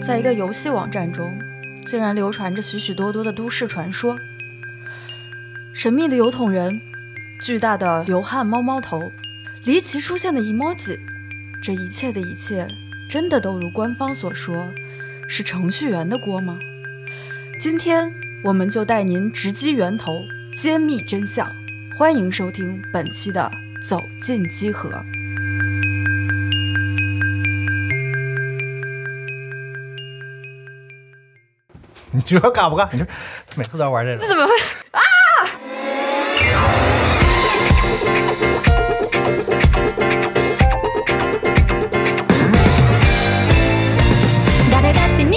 在一个游戏网站中，竟然流传着许许多多的都市传说：神秘的油桶人、巨大的流汗猫猫头、离奇出现的 emoji。这一切的一切，真的都如官方所说，是程序员的锅吗？今天我们就带您直击源头，揭秘真相。欢迎收听本期的《走进集合》。 你说干不干？你说每次都要玩这种这。怎么会？誰だって20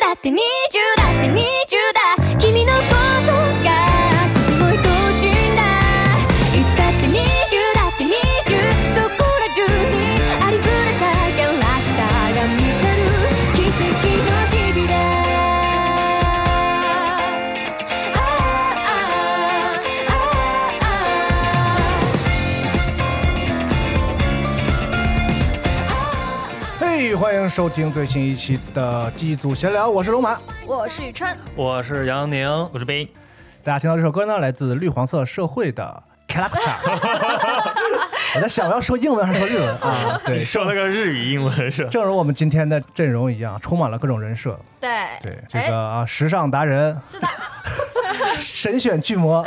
だって20だって20だ君のことがとても愛おしいんだいつだって20だって20そこら中にありふれたキャラクターが見せる奇跡の日々だあああ嘿，欢迎收听最新一期的机组闲聊，我是龙马。あ 我是川我是杨宁，我是冰。大家听到这首歌呢，来自绿黄色社会的《Character》。我在想，我要说英文还是说日文啊？ 对，说了个日语、英文是吧？正如我们今天的阵容一样，充满了各种人设。对哎对，这个啊，时尚达人是的 神选巨魔，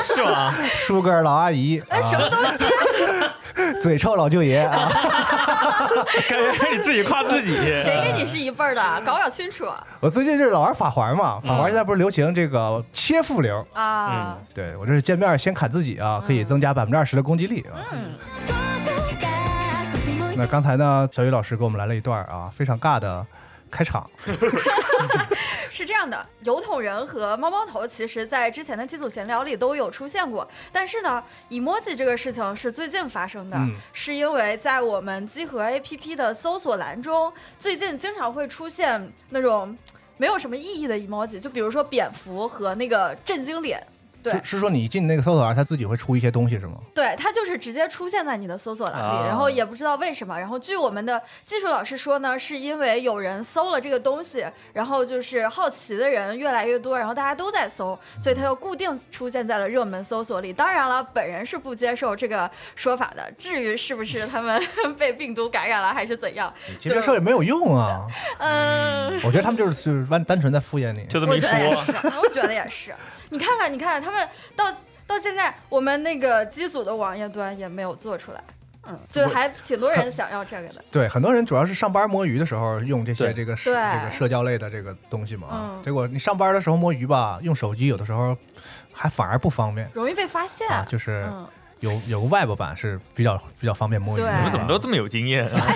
是吗？舒格尔老阿姨，啊、哎什么东西啊 嘴臭老舅爷啊， 感觉是你自己夸 自己。谁跟你是一辈儿的啊搞搞清楚我最近就是老玩法环嘛，法环现在不是流行这个切腹流？嗯啊对我这是见面先砍自己啊，可以增加百分之二十的攻击力啊。嗯那刚才呢，小雨老师给我们来了一段啊非常尬的开场， 是这样的，油桶人和猫猫头其实在之前的机组闲聊里都有出现过，但是呢，emoji 这个事情是最近发生的，嗯是因为在我们集合 APP 的搜索栏中，最近经常会出现那种没有什么意义的 emoji，就比如说蝙蝠和那个震惊脸。对是是说你进那个搜索栏，它自己会出一些东西是吗？对，它就是直接出现在你的搜索栏里，啊然后也不知道为什么。然后据我们的技术老师说呢，是因为有人搜了这个东西，然后就是好奇的人越来越多，然后大家都在搜，所以它就固定出现在了热门搜索里。当然了，本人是不接受这个说法的。至于是不是他们 被病毒感染了还是怎样，其实这事儿也没有用啊，嗯，我觉得他们就是就是单单纯在敷衍你。就这么我一觉说得，也是，我觉得也是。你看看，你看看，他们到到现在，我们那个机组的网页端也没有做出来。嗯，就还挺多人想要这个的。对，很多人主要是上班摸鱼的时候用这些对这个社对这个社交类的这个东西嘛、啊嗯结果你上班的时候摸鱼吧，用手机有的时候还反而不方便容易被发现。啊，就是嗯，有有个 Web 版是比较比较方便摸鱼的。对你们怎么都这么有经验啊？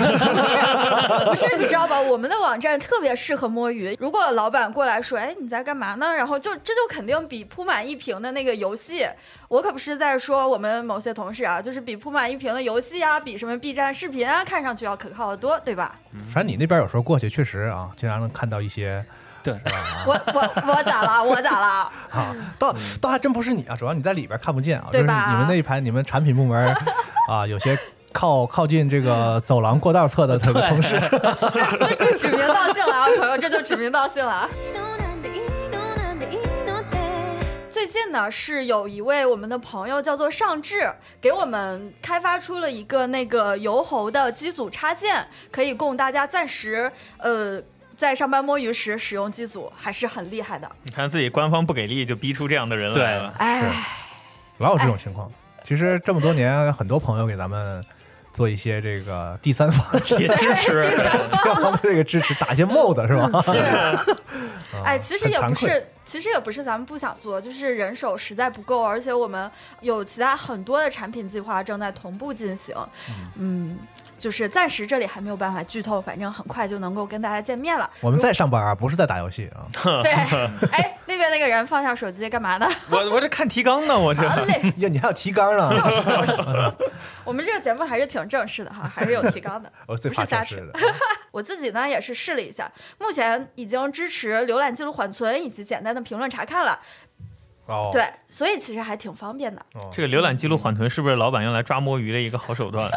不是，你知道吧？我们的网站特别适合摸鱼。如果老板过来说：“哎，你在干嘛呢？”然后就这就肯定比铺满一屏的那个游戏，我可不是在说我们某些同事啊，就是比铺满一屏的游戏啊，比什么 B 站视频啊，看上去要可靠的多，对吧？反正你那边有时候过去确实啊，经常能看到一些对，我我我咋了？我咋了？啊，倒倒还真不是你啊，主要你在里边看不见啊，嗯对就是你吧们那一排你们产品部门 啊，有些靠靠近这个走廊过道侧的这个同 事，这 就指名道姓了啊，朋友，这就指名道姓了啊。どうなんでいいどうなんでいいのって最近呢，是有一位我们的朋友叫做尚志，给我们开发出了一个那个油猴的机组插件，可以供大家暂时呃在上班摸鱼时使用机组，还是很厉害的。你看自己官方不给力，就逼出这样的 人来啊了。哎，老有这种情况。其实这么多年，很多朋友给咱们做一些这个第三方也支持， 这样的这个支持，打一些 mod 是吧？啊哎，其实很也惭不愧是，其实也不是咱们不想做，就是人手实在不够，而且我们有其他很多的产品计划正在同步进行，嗯。就是暂时这里还没有办法剧透，反正很快就能够跟大家见面了。我们在上班啊，不是在打游戏 啊。 对，哎，那边那个人放下手机干嘛呢？ 我我这看提纲呢，我这好嘞，呀，你还有提纲 啊呢？我们这个节目还是挺正式的哈，还是有提 纲的。我最不怕是这瞎事扯。了。我自己呢也是试了一下，目前已经支持浏览记录缓存以及简单的评论查看了。哦，对，所以其实还挺方便的。哦， 这个浏览记录缓存是不是老板用来抓摸鱼的一个好手 段？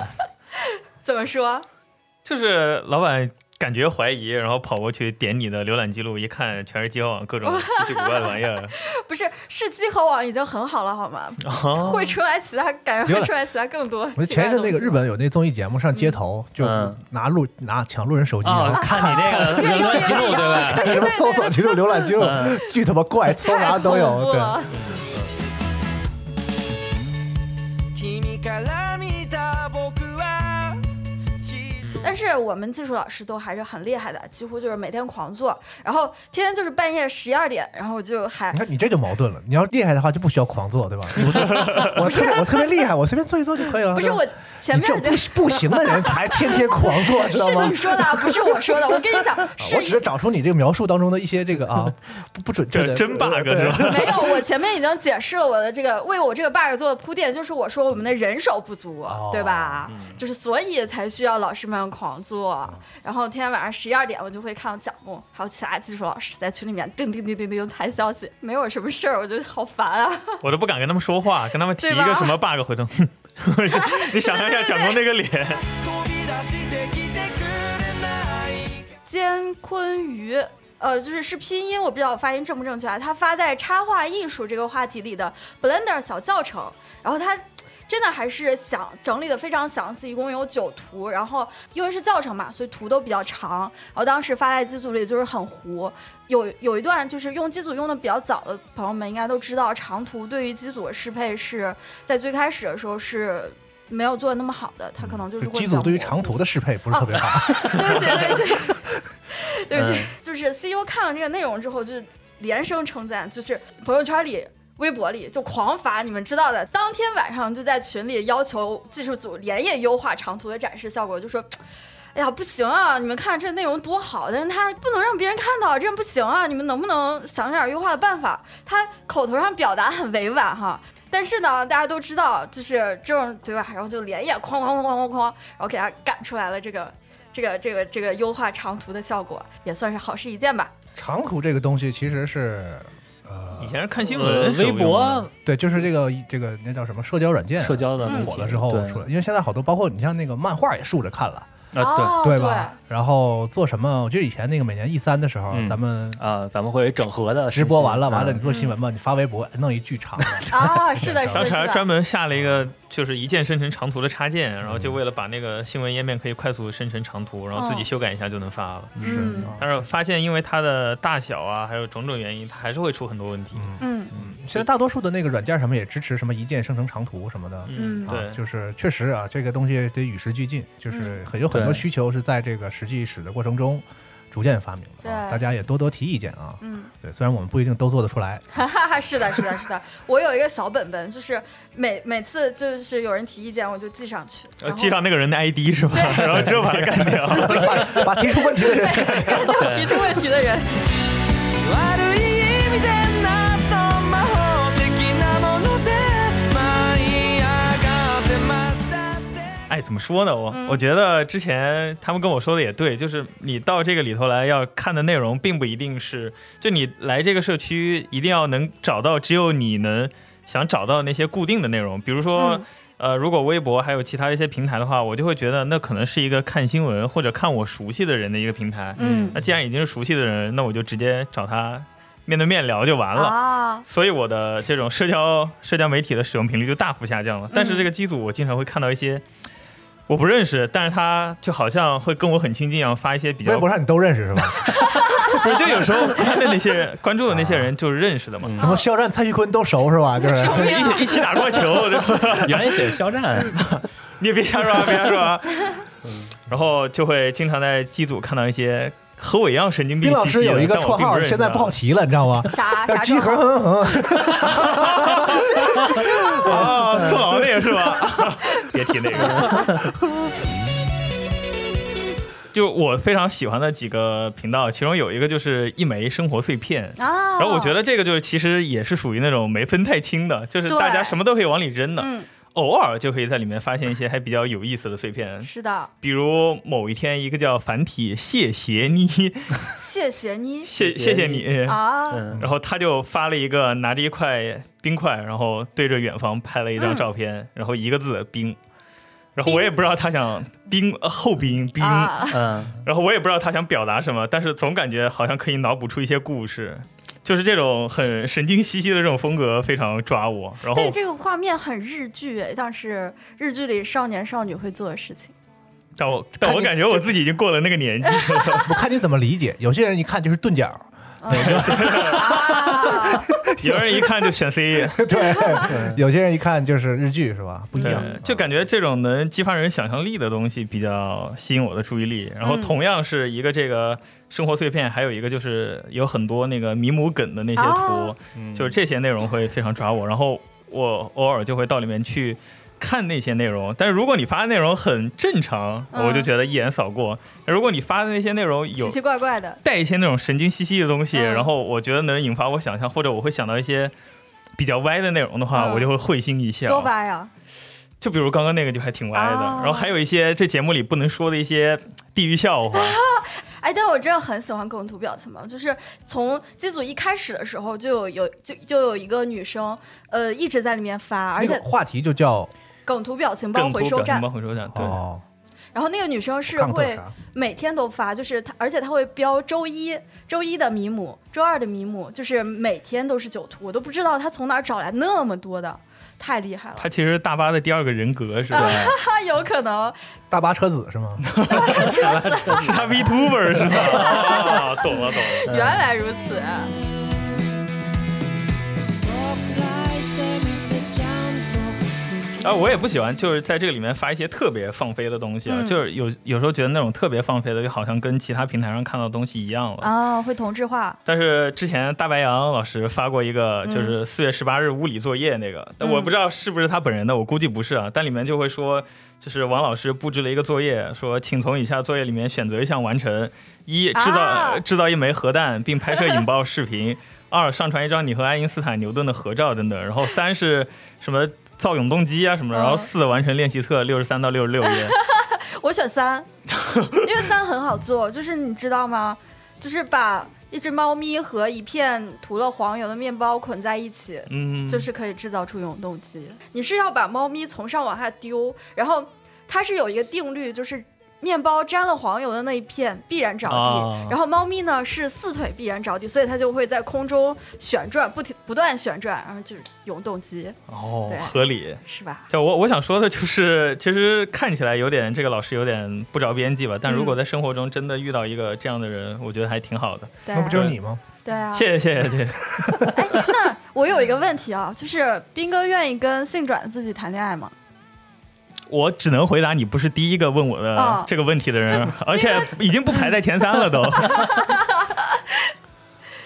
怎么说？ 就是老板感觉怀疑，然后跑过去点你的浏览记录，一看全是集合网各 种稀奇古怪的玩意 儿。不是，是集合网已经很好了，好吗？哦会出来其他，感觉会浏览出来其他更多奇怪的东我记得西。前一阵那个日本有那综艺节目上街头，就嗯拿路拿抢路人手机，然哦 啊，后看你那 个浏览记录对吧？看什么搜索记录、浏览记录，嗯 巨他妈怪，搜太啥都恐有。怖对，了君から見た僕はきっと但嗯是我们技术老师都还是很厉害的，几乎就是每天狂做，然后天天就是半夜十一二点，然后我就还你看你这就矛盾了。你要厉害的话就不需要狂做，对吧？我我特别我特别厉害，我随便做一做就可以了。不是对吧我前你面这的种 不不行的人才天天狂做，知道是吗你？说的啊，不是我说的。我跟你讲，啊是我只是找出你这个描述当中的一些这个啊不不准确的这真 bug 对是吧？没有，我前面已经解释了我的这个为我这个 bug 做的铺垫，就是我说我们的人手不足，哦对吧？嗯就是所以才需要老师们狂做。然后天天晚上十一二点，我就会看到蒋木还有其他技术老师在群里面叮叮叮叮叮弹消息，没有什么事儿，我就好烦啊。我都不敢跟他们说话，跟他们提一对吧个什么 bug，回头，哼 你想象一下蒋工那个脸，飛び出してきてくれない姜昆宇。呃，就是是拼音，我不知道我发音正不正确啊。他发在插画艺术这个话题里的 Blender 小教程，然后他真的还是想整理的非常详细，一共有九图，然后因为是教程嘛，所以图都比较长。然后当时发在机组里就是很糊，有有一段就是用机组用的比较早的朋友们应该都知道，长图对于机组的适配是在最开始的时候是没有做的那么好的，它可能就是就会机比较组对于模糊长途的适配不是特别好。 对不起，对不起，对不起，就是 CEO 看了这个内容之后，就是连声称赞，就是朋友圈里。微博里就狂发，你们知道的。当天晚上就在群里要求技术组连夜优化长图的展示效果，就说：“哎呀，不行啊！你们看这内容多好，但是他不能让别人看到，这样不行啊！你们能不能想点优化的办法？”他口头上表达很委婉哈，但是呢，大家都知道，就是这种对吧？然后就连夜哐哐哐哐哐哐，然后给他赶出来了这个这个这个这个优化长途的效果，也算是好事一件吧。长途这个东西其实是呃以，前是看新呃闻，微哦博对，就是这个这个那叫什么社交软件啊，社交的嗯媒体火了之后对出来，因为现在好多，包括你像那个漫画也竖着看了，啊，哦对吧？然后做什么？我记得以前那个每年 E 三的时候，嗯咱们对啊，咱们会整合的直播完了，完了你嗯做新闻嘛，你发微博弄一巨长 的， 啊，是的，是当的，时还是专的。门下了一个，就是一键生成长图的插件，然后就为了把那个新闻页面可以快速生成长图，然后自己修改一下就能发了。嗯啊但是发现，因为它的大小啊，还有种种原因，它还是会出很多问题。嗯，嗯 现在大多数的那个软件什么也支持什么一键生成长图什么的。嗯啊，对，就是确实啊，这个东西得与时俱进，嗯就是很有很多对需求是在这个实际使的过程中逐渐发明的啊，对大家也多多提意见啊。嗯，对，虽然我们不一定都做得出 来，哈哈哈，是的，是的，是的。我有一个小本本，就是每每次就是有人提意见，我就记上去，呃然后记上那个人的 ID 是吧？然后就把他干 掉。把把提出问题的人干掉提出问题的人。悪い意味で夏の魔法的なもので舞い上がってましたって哎，怎么说呢？嗯我、我觉得之前他们跟我说的也对，就是你到这个里头来要看的内容，并不一定是就你来这个社区一定要能找到只有你能想找到那些固定的内容。比如说，嗯呃，如果微博还有其他一些平台的话，我就会觉得那可能是一个看新闻或者看我熟悉的人的一个平台。嗯那既然已经是熟悉的人，那我就直接找他面对面聊就 完了。啊，所以我的这种社交社交媒体的使用频率就大幅下降了。嗯但是这个机组我经常会看到一些我不认识，但是他就好像会跟我很亲近一样，发一些比微较博上你都认识是吧？ 不是就有时候关的那些关注的那些人就是认识的嘛，什么肖战、蔡徐坤都熟是吧？ 就是救命！ 一起打过球，对吧？原来写 肖战，你也别瞎说，啊，别瞎说。 啊。然后就会经常在机组看到一些和我一样神经病斌老兮师兮的，有一个但绰我并号，认识啊现在他不好提了，你知道吗？ 呃啥叫啥集状合况？哼哼哼，啊，坐牢那个是吧？ 别提那个。 就我非常喜欢的几个频道，其中有一个就是一枚生活碎片。啊，然后我觉得这个就是其实也是属于那种没分太清的，就是大家对什么都可以往里扔的，嗯，偶尔就可以在里面发现一些还比较有意思的碎片。是的，比如某一天，一个叫繁体谢谢你，谢谢你谢谢谢谢谢你，啊，嗯，然后他就发了一个拿着一块冰块，然后对着远方拍了一嗯张照片，然后一个字冰。然后我也不知道他想冰呃后冰冰，啊，嗯，然后我也不知道他想表达什么，但是总感觉好像可以脑补出一些故事，就是这种很神经兮兮的这种风格非常抓我。然但后是这个画面很日剧，哎像是日剧里少年少女会做的事 情。但我但我感觉我自己已经过了那个年纪 了，我看你怎么理解。有些人一看就是钝角，啊，有人一看就选 C， 对；有些人一看就是日剧是吧？不一样对，，就感觉这种能激发人想象力的东西比较吸引我的注意力。然后嗯同样是一个这个生活碎片，还有一个就是有很多那个迷母梗的那些图哦，嗯就是这些内容会非常抓我。然后我偶尔就会到里面去。看那些内容，但是如果你发的内容很正常，嗯我就觉得一眼扫过；如果你发的那些内容有奇奇怪怪的，带一些那种神经兮兮的东西，嗯然后我觉得能引发我想象，或者我会想到一些比较歪的内容的话，嗯我就会会心一笑。多歪呀！就比如刚刚那个就还挺歪的，啊然后还有一些这节目里不能说的一些地域 笑话，哎，但我真的很喜欢梗图表情包，就是从机组一开始的时候就有有就就有一个女生，呃，一直在里面发，而那个且话题就叫梗图表情包梗回图收表情站包，回收站，对，哦，然后那个女生是抗特会啥？每天都发，就是她，而且她会标周一周一的迷母，周二的迷母，就是每天都是九图，我都不知道她从哪儿找来那么多的，太厉害了，他其实是大巴的第二个人格是吧？哦她有可能大巴车子是吗？是他 Vtuber 是吧？啊，懂了懂原了。来如此。 嗯啊，我也不喜欢，就是在这个里面发一些特别放飞的东西啊，嗯就是有有时候觉得那种特别放飞的，就好像跟其他平台上看到的东西一样了。啊，会同质化，但是之前大白杨老师发过一个，嗯就是四月十八日物理作业那个，但我不知道是不是他本人的，我估计不是啊。但里面就会说，就是王老师布置了一个作业，说请从以下作业里面选择一项完成：一，制造、啊制造一枚核弹，并拍摄引爆视频；二，上传一张你和爱因斯坦、牛顿的合照等等。然后三是什么造永动机啊什嗯么的。然后四完成练习册六十三到六十六 页。我选三，因为三很好做，就是你知道吗？就是把一只猫咪和一片涂了黄油的面包捆在一起，嗯，就是可以制造出永动机。你是要把猫咪从上往下丢，然后它是有一个定律，就是面包沾了黄油的那一片必然着地，啊然后猫咪呢是四腿必然着地，所以它就会在空中旋转，不停不断旋转，然后就是永动机，哦对，合理。是吧？就我我想说的就是，其实看起来有点这个老师有点不着边际吧，但如果在生活中真的遇到一个这样的人，我觉得还挺好的。对那啊不就是你吗？对啊。谢谢谢谢谢谢。那我有一个问题啊，就是斌哥愿意跟性转自己谈恋爱吗？我只能回答你不是第一个问我哦的这个问题的人，啊而且已经不排在前三了都。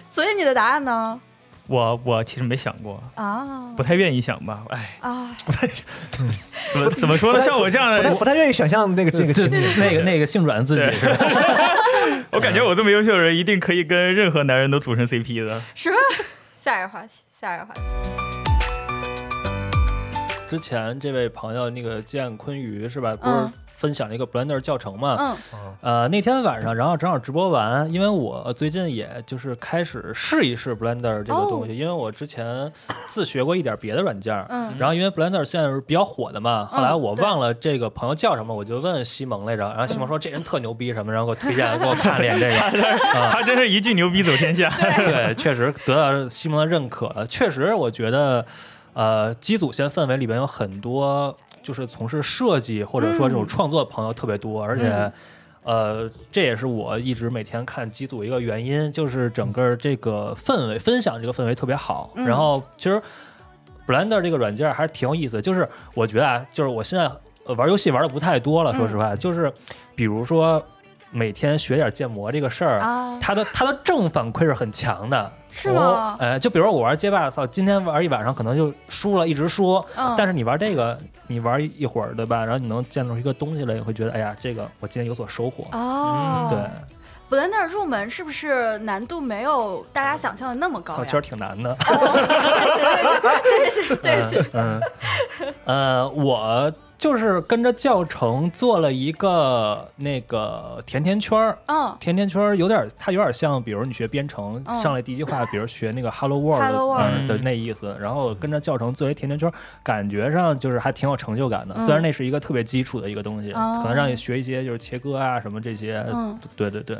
所以你的答案呢？我我其实没想过，啊不太愿意想吧。哎，啊，怎么怎么说呢？像我这样不太的，不太愿意想象那个这个对情对景。那个那个性转自己对是吧？ 我感觉我这么优秀的人，一定可以跟任何男人都组成 CP 的。什么？ 下一个话题，下一个话题。之前这位朋友那个建坤瑜是吧？不是嗯分享了一个 Blender 教程嘛？嗯呃，那天晚上，然后正好直播完，因为我最近也就是开始试一试 Blender 这个东西，因为我之前自学过一点别的软件儿。嗯然后因为 Blender 现在是比较火的嘛，后来我忘了这个朋友叫什么，我就问西蒙来着，然后西蒙说这人特牛逼什么，然后给我推荐，给我看了眼这个，啊他真是一句牛逼走天下。 对，确实得到西蒙的认可了。确实，我觉得，呃，机组现在氛围里边有很多就是从事设计或者说嗯这种创作的朋友特别多，而且。呃，这也是我一直每天看机组一个原因，就是整个这个氛围分享这个氛围特别好。嗯然后其实 Blender 这个软件还是挺有意思的，就是我觉得啊，就是我现在呃玩游戏玩的不太多嗯了，说实话，就是比如说每天学点建模这个事儿，啊，它的它的正反馈是很强的，是吗我呃，就比如说我玩街霸，操，今天玩一晚上可能就输了，一直输。嗯但是你玩这个，你玩一会儿，对吧？然后你能建出一个东西来，你会觉得，哎呀，这个我今天有所收获。哦，嗯对， ，Blender 入门是不是难度没有大家想象的那么高操，呀？其 实挺难的。对不起，对不起，对不起，对不起，嗯，呃，我就是跟着教程做了一个那个甜甜圈儿。嗯甜甜圈儿有点儿，它有点像，比如你学编程，嗯上来第一句话，比如学那个 Hello World，, Hello World 嗯的那意思，然后跟着教程作为甜甜圈儿，感觉上就是还挺有成就感的。嗯虽然那是一个特别基础的一个东西，哦可能让你学一些就是切割啊什么这些，嗯，对对对，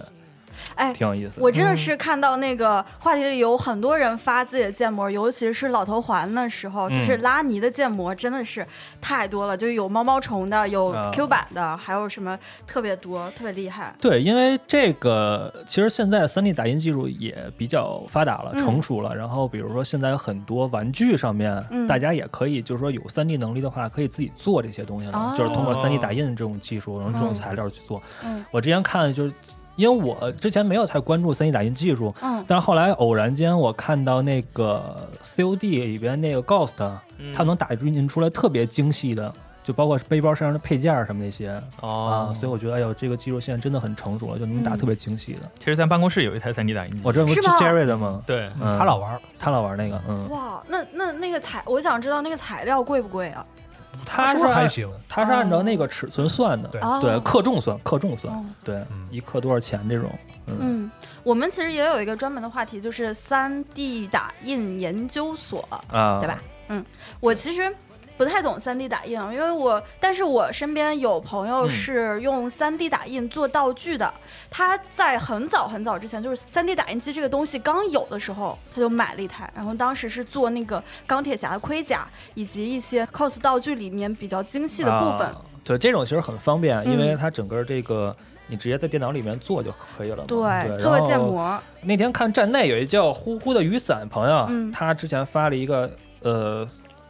哎。挺有意思的。我真的是看到那个话题里有很多人发自己的建模，尤其是老头环的时候，就是嗯拉泥的建模真的是太多了，就有毛毛虫的，有啊 Q 版的，还有什么特别多，特别厉害。对，因为这个其实现在 3D 打印技术也比较发达了、嗯成熟了。然后比如说现在有很多玩具上面，嗯大家也可以就是说有 3D 能力的话，可以自己做这些东西了，哦就是通过 3D 打印这种技术，然后这嗯种材料去做。嗯我之前看就是。因为我之前没有太关注 3D 打印技术，嗯但是后来偶然间我看到那个 COD 里边那个 Ghost，它能打印出来特别精细的，就包括背包身上的配件儿什么那些，啊，哦，所以我觉得，哎呦，这个技术现在真的很成熟了，就能打嗯特别精细的。其实咱办公室有一台 3D 打印机。我这不是是吗 Jerry 的吗？对，嗯，他老玩儿，他老玩那个，嗯，哇，那那那个材，我想知道那个材料贵不贵啊？他是说还按哎行，他是按照那个尺寸算的，对哦对，克重算，克重哦算，对嗯，一克多少钱这种，嗯，嗯，我们其实也有一个专门的话题，就是三 D 打印研究所。啊，对吧？我其实不太懂三 D 打印，啊，因为我，但是我身边有朋嗯友是用三 D 打印做道具的。他在很早很早之前，就是三 D 打印机这个东西刚有的时候，他就买了一台，然后当时是做那个钢铁侠的盔甲以及一些 cos 道具里面比较精细的部分。啊对，这种其实很方便，嗯因为它整个这个。你直接在电脑里面做就可以了嘛。对，做个然后建模，那天看站内有一叫呼呼的雨伞朋友，啊嗯他之前发了一个呃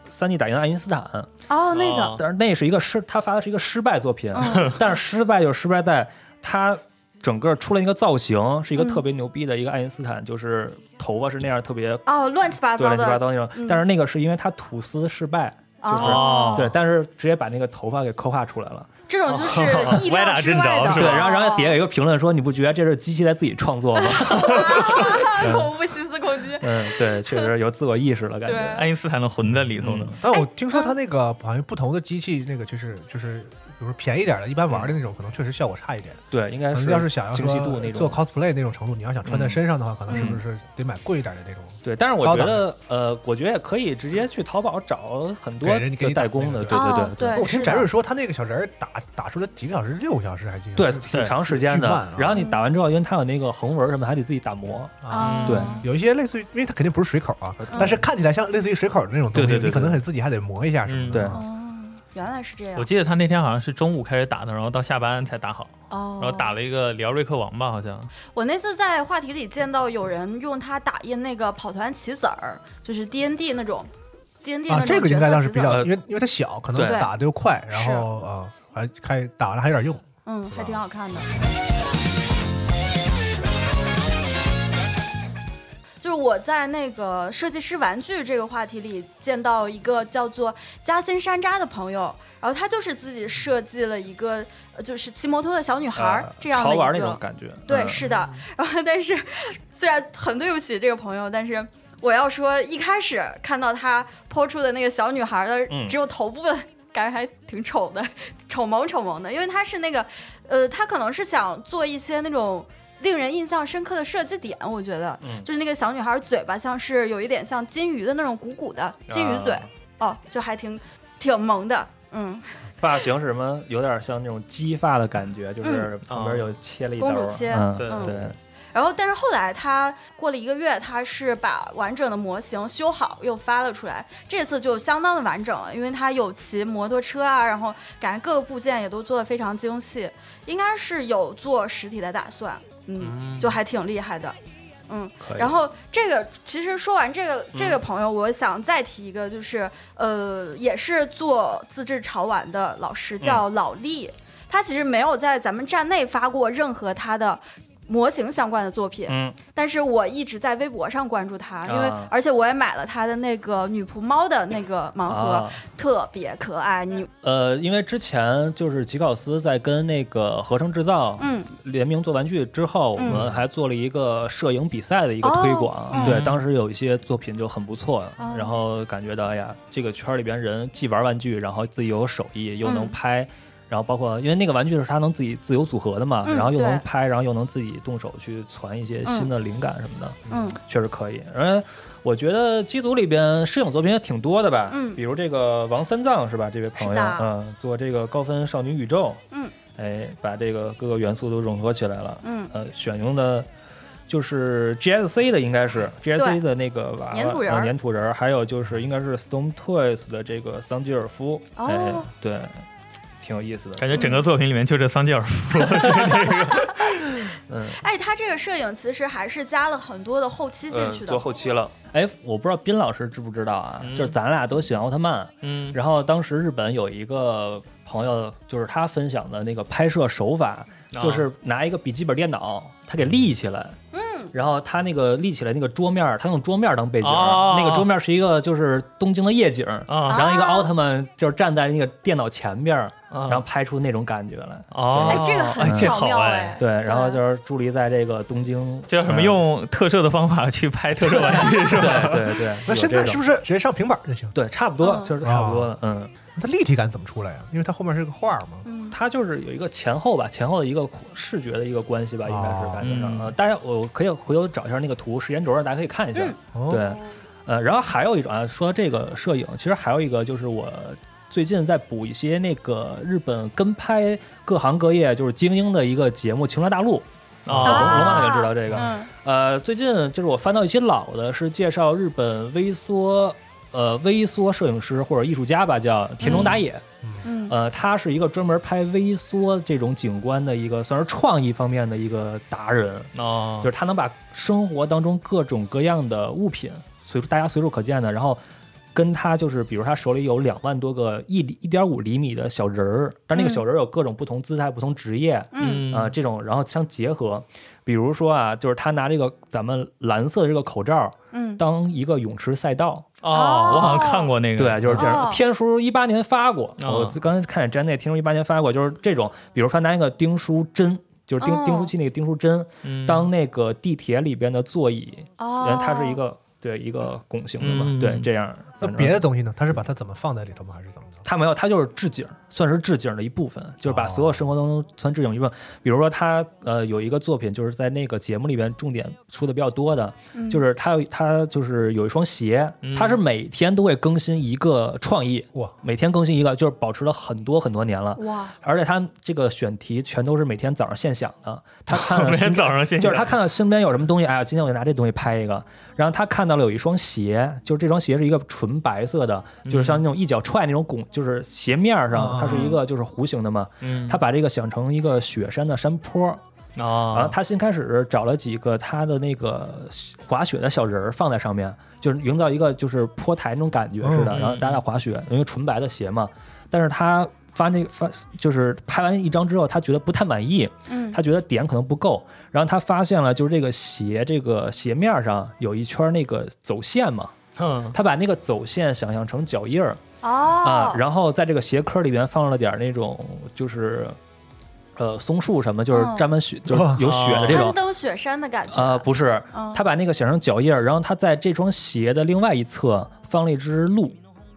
三 D 打印的爱因斯坦，哦，那个，哦但是那是一个失，他发的是一个失败作品，嗯但是失败就失败在他整个出了一个造型，是一个嗯特别牛逼的一个爱因斯坦，就是头发是那样特别哦，乱七八对糟乱七八的，糟那种嗯，但是那个是因为他吐丝失败，就是哦，对，，但是直接把那个头发给刻画出来了，这种 就是意歪料打之正外着的，是吧对，然后然 后底下有哦一个评论说，你不觉得这是机器在自己创 作吗？恐怖细思恐极，嗯，对，确实有自我意识了，感觉。对，哎爱因斯坦的魂在里头呢。嗯但我听说他那个好像不同的机器，那个就是就是比如说便宜点的，一般玩的那种，可能确实效果差一点。对，应该可是能要是想要精细度那说种做 cosplay 那种程度，你要想穿在嗯身上的话，可能是嗯不是得买贵一点的那种？对，但是我高觉档得，呃，我觉得也可以直接去淘宝找很多给人给的你代打工那的，个对哦对对对我听是翟的瑞说，他那个小人儿打打出了几个小时，六个小时还是对，是挺长时间巨的慢啊。然后你打完之后，因为它有那个横纹什么，还得自己打磨。啊，对有一些类似于，因为它肯定不是水口啊，但是看起来像类似于水口的那种东西，嗯对对对对你可能得自己还得磨一下什么的。嗯啊哦，原来是这样我。记得他那天好像是中午开始打的，然后到下班才打好，哦，然后打了一个里奥瑞克王吧，好像我那次在话题里见到有人用它打印那个跑团棋子儿，就是 D N D 那种，D N D 那啊，种这个应该角当色棋时子比儿较，呃因为因为它小，可能对打的又快，然是后啊还开打了还有点用。嗯，还挺好看的。就是我在那个设计师玩具这个话题里见到一个叫做嘉兴山楂的朋友，然后他就是自己设计了一个呃就是骑摩托的小女孩儿、啊呃这样潮的一玩个那种感觉。对，嗯是的。 然后，但是虽然很对不起这个朋友，但是我要说，一开始看到他抛出的那个小女孩的嗯只有头部的，感觉还挺丑的，丑萌丑萌的。因为他是那个，呃，他可能是想做一些那种。令人印象深刻的设计点，我觉得、嗯就是那个小女孩嘴巴像是有一点像金鱼的那种鼓鼓的金鱼嘴，啊哦，就还挺挺萌的，嗯，发型是什么，有点像那种鸡发的感觉，就是旁边啊有切了一刀嗯公主儿。切嗯对嗯对，然后，但是后来他过了一个月，他是把完整的模型修好又发了出来。这次就相当的完整了，因为他有骑摩托车啊，然后感觉各个部件也都做的非常精细，应该是有做实体的打算，嗯，就还挺厉害的。可以。嗯然后这个其实说完这个这个朋友，我想再提一个，就是呃，也是做自制潮玩的老师叫嗯老厉，他其实没有在咱们站内发过任何他的模型相关的作品，嗯但是我一直在微博上关注他，因为、啊而且我也买了他的那个女仆猫的那个盲盒，啊，特别可爱，你呃，因为之前就是吉考斯在跟那个合成制造嗯联名做玩具之后，我嗯们还做了一个摄影比赛的一个推广。哦对，嗯当时有一些作品就很不错，哦然后感觉到哎呀，这个圈里边人既玩玩具，然后自己又有手艺，又能嗯拍。然后包括，因为那个玩具是他能自己自由组合的嘛，嗯然后又能对拍，然后又能自己动手去传一些新的灵感什么的，嗯确实可以。而我觉得机组里边摄影作品也挺多的吧，嗯比如这个王三藏是吧？这位是朋友的，嗯，做这个高分少女宇宙，嗯，哎，把这个各个元素都融合起来了，嗯呃，选用的就是 GSC 的，应该是 GSC 的那个娃娃粘土人儿呃粘土人儿，还有就是应该是 Stone Toys 的这个桑吉尔夫，哦哎，对，挺有意思的，感觉整个作品里面就这桑吉尔夫。嗯，哎，他这个摄影其实还是加了很多的后期进去呃的，做后期了。哎，我不知道斌老师知不知道啊，嗯就是咱俩都喜欢奥特曼，嗯，然后当时日本有一个朋友，就是他分享的那个拍摄手法，啊就是拿一个笔记本电脑，他给立起来，嗯，然后他那个立起来那个桌面儿，他用桌面儿当背景儿，哦那个桌面儿是一个就是东京的夜景，啊然后一个奥特曼就是站在那个电脑前面儿，啊然后拍出那种感觉来。哦，哎，这个哎很这巧好妙哎，对，然后就是伫立在这个东京，这叫什么？嗯？用特摄的方法去拍特摄玩具是吧？对对对，那现在是是？不是直接上平板就行？对，差不多，嗯就是差不多哦的，嗯。它立体感怎么出来呀、因为它后面是个画嘛。嗯它就是有一个前后吧，前后的一个视觉的一个关系吧，应该是哦感觉上。嗯呃，大家我可以回头找一下那个图，时间轴上大家可以看一下。啊嗯哦，对，呃，然后还有一种啊，说到这个摄影，其实还有一个就是我最近在补一些那个日本跟拍各行各业就是精英的一个节目《情杀大陆》。哦龙 啊龙妈肯定知道这个。嗯呃，最近就是我翻到一些老的，是介绍日本微缩。呃，微缩摄影师或者艺术家吧，叫田中打野。嗯呃，他是一个专门拍微缩这种景观的一个，算是创意方面的一个达人，哦嗯就是他能把生活当中各种各样的物品，随处大家随处可见的，然后跟他就是，比如他手里有两万多个一一点五厘米的小人儿，但那个嗯小人儿有各种不同姿态、不同职业，嗯啊、这种然后相结合，比如说啊，就是他拿这个咱们蓝色的这个口罩嗯，当一个泳池赛道，哦，我好像看过那个，对，就是这样。哦天叔一八年发过，哦我刚才看见詹内，天叔一八年发过，就是这种，比如他拿一个订书针，就是订哦订书器那个订书针，嗯当那个地铁里边的座椅，然哦后，它是一个对一个拱形的嘛，嗯对，这样，那反正别的东西呢？他是把它怎么放在里头吗？还是怎么着？他没有，他就是置景，算是置景的一部分，就是哦把所有生活当中算置景一部分。比如说他呃有一个作品，就是在那个节目里边重点出的比较多的，嗯就是他有他就是有一双鞋，嗯他是每天都会更新一个创意，哇，每天更新一个，就是保持了很多很多年了。哇，而且他这个选题全都是每天早上现想的，他看 了每天早上现就是他想看到身边有什么东西，哎呀，今天我就拿这东西拍一个。然后他看到了有一双鞋，就是这双鞋是一个纯白色的，就是嗯像那种一脚踹那种拱，就是鞋面儿上啊它是一个就是弧形的嘛。嗯他把这个想成一个雪山的山坡，然后啊，他先开始找了几个他的那个滑雪的小人儿放在上面，就是营造一个就是坡台那种感觉似的，嗯然后大家在滑雪，因为纯白的鞋嘛。但是他发那发就是拍完一张之后，他觉得不太满意，嗯他觉得点可能不够，然后他发现了就是这个鞋这个鞋面儿上有一圈那个走线嘛，哼，他把那个走线想象成脚印儿啊、哦，然后在这个鞋壳里面放了点儿那种就是呃松树什么，就是哦沾满雪、就是有雪的这种攀。登雪山的感觉啊、不是，嗯他把那个想成脚印儿，然后他在这双鞋的另外一侧放了一只鹿，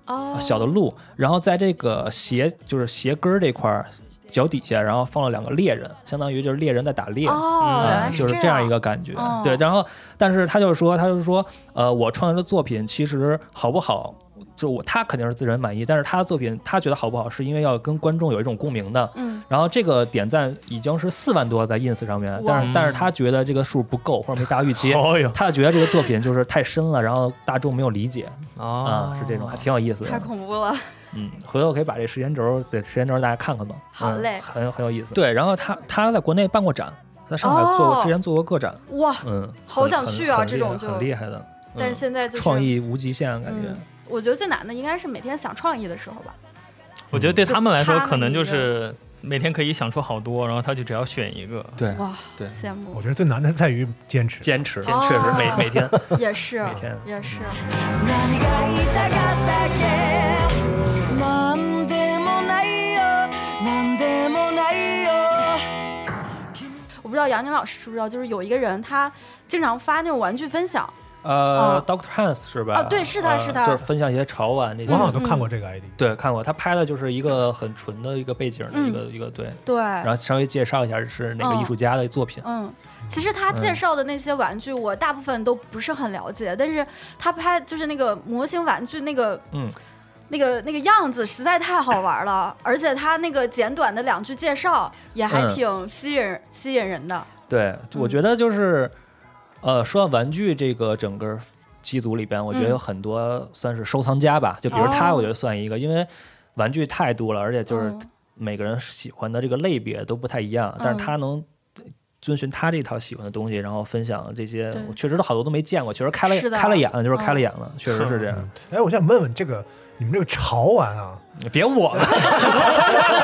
哦，小的鹿，然后在这个鞋就是鞋跟儿这块儿脚底下，然后放了两个猎人，相当于就是猎人在打猎，哦，原啊，来就是这这样一个感觉。哦对，然后但是他就说，他就说，呃，我创作的作品其实好不好，就我他肯定是自然满意，但是他的作品他觉得好不好，是因为要跟观众有一种共鸣的。嗯，然后这个点赞已经是四万多在 ins 上面，但是但是他觉得这个数不够，或者没达到预期哦哟 他觉得这个作品就是太深了，然后大众没有理解啊、啊是这种，还挺有意思太的。恐怖了，嗯，回头可以把这时间轴对时间轴大家看看吧。好嗯嘞很有很有意思。对，然后他他在国内办过展，在上海哦做过、之前做过个展，哇！嗯，好很想很去啊很这厉种害就很厉害的。但嗯是现在就是创，意无极限，感觉嗯我觉得最难的应该是每天想创意的时候吧。我觉得对他们来说就他可能那就个是每天可以想出好多，然后他就只要选一个，对哇，对羡慕我觉得最难的在于坚持。坚持，确哦实每每天 也是每天也是，何が言いたかったっけなんでもないよなんでもないよ我不知道杨宁老师知不知道，就是有一个人他经常发那种玩具分享，呃 哦，Doctor Hans 是吧？哦对是他呃是他就是分享一些潮玩那些我。好像都看过这个 ID，对，看过他拍的就是一个很纯的一个背景的一个嗯一个对，对，然后稍微介绍一下是哪哦个艺术家的作品。嗯，其实他介绍的那些玩具，我大部分都不是很了解，但是他拍就是那个模型玩具那个，嗯。那个那个样子实在太好玩了，而且他那个简短的两句介绍也还嗯挺吸引、吸引人的。对，就嗯我觉得就是，呃，说到玩具这个整个机组里边，我觉得嗯有很多算是收藏家吧，就比如他，哦我觉得算一个，因为玩具太多了，而且就是嗯每个人喜欢的这个类别都不太一样，嗯但是他能。遵循他这套喜欢的东西，然后分享这些对，我确实都好多都没见过，确实开了是的开了眼了，就是开嗯了眼了，确实是这 样。哎，我想问问这个你们这个潮玩啊，别我了，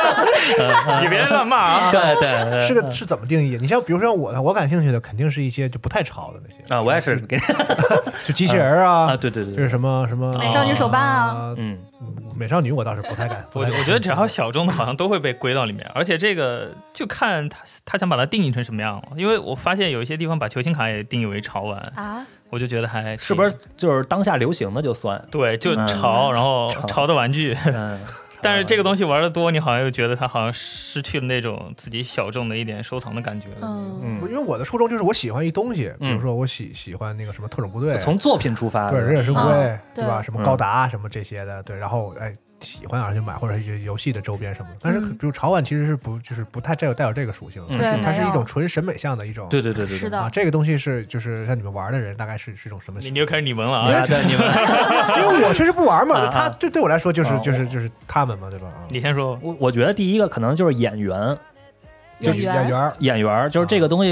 你别乱骂啊！对对对，是个是怎么定义？你像比如说我，我感兴趣的肯定是一些就不太潮的那些， 啊，我也是给就机器人儿啊，啊，对对对就是对，什么什么美少女手办啊，啊，嗯，美少女我倒是不太敢。我不太我敢觉得只要小众的，好像都会被归到里面，而且这个就看他他想把它定义成什么样了。因为我发现有一些地方把球星卡也定义为潮玩，啊，我就觉得还是不是就是当下流行的就 算？对，就嗯潮，然后 潮潮的玩具。嗯，但是这个东西玩的多，你好像又觉得它好像失去了那种自己小众的一点收藏的感觉了。嗯，嗯不是因为我的初衷就是我喜欢一东西，比嗯如说我喜喜欢那个什么特种部队，啊从作品出发的，对忍者神龟嗯，对吧？对什么高达什么这些的，对，然后哎。喜欢然后就买，或者是游戏的周边什么的。但是，嗯比如潮玩其实是不就是不太带有带有这个属性的，嗯对，是它没是一种有，纯审美向的一种。对对对对，是对的啊，，这个东西是就是像你们玩的人大概是是一种什么？你你又开始你闻了啊，啊！对你们， 因为我确实不玩嘛，啊他对对我来说就是啊就是就是他们嘛，对吧？啊你先说吧，我我觉得第一个可能就是演员，就演员演员儿演员儿就是这个东西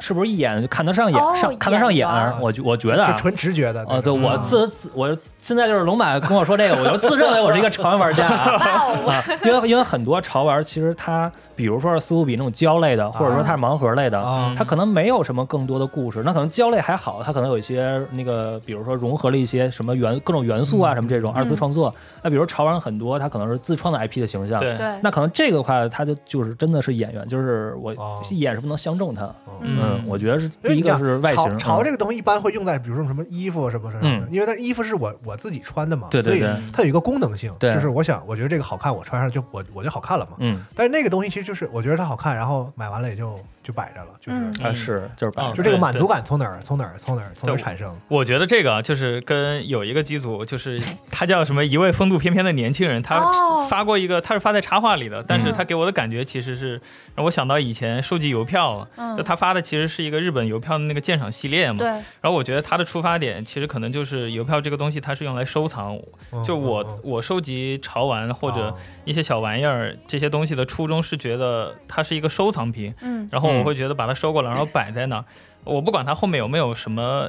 是不是一眼就看得上眼，哦上看得上眼眼儿，缘我觉我觉得就啊。纯直觉的啊，对种我嗯自自我现在就是龙马跟我说这个，我就自认为我是一个潮玩玩 家啊，哇 哦，啊因为因为很多潮玩其实它，比如说是苏富比那种胶类的，或者说它是盲盒类的，啊它可能没有什么更多的故事，那可能胶类还好，它可能有一些那个，比如说融合了一些什么元各种元素啊，什么这种二次创作。那比如潮玩很多，它可能是自创的 IP 的形象。对，对，那可能这个的话，它就就是真的是演员，就是我哦演什么能相中他，哦嗯嗯，我觉得是因为第一你个讲是外潮形，啊潮这个个东西一般会用在比如说什么衣服什么什么的，嗯因为它衣服是我我自己穿的嘛，对对所对以它有一个功能性，对就是我想我觉得这个好看，我穿上就我我就好看了嘛。嗯但是那个东西其实就是我觉得它好看，然后买完了也就就摆着了，就是、嗯啊是就是啊就这个对满对足感从哪儿从哪儿从哪儿从哪儿对产生？我觉得这个啊就是跟有一个机组，就是他叫什么一位风度翩翩的年轻人，哦他发过一个，他是发在茶话里的，但是嗯他给我的感觉其实是让我想到以前收集邮票，嗯就他发的其实是一个日本邮票的那个鉴赏系列嘛。对，然后我觉得他的出发点其实可能就是邮票这个东西，它是用来收藏，嗯就我、嗯嗯我收集潮玩或者啊一些小玩意儿这些东西的初衷是觉得它是一个收藏品，嗯然后我嗯会觉得把它收过来，然后摆在那儿，我不管它后面有没有什么，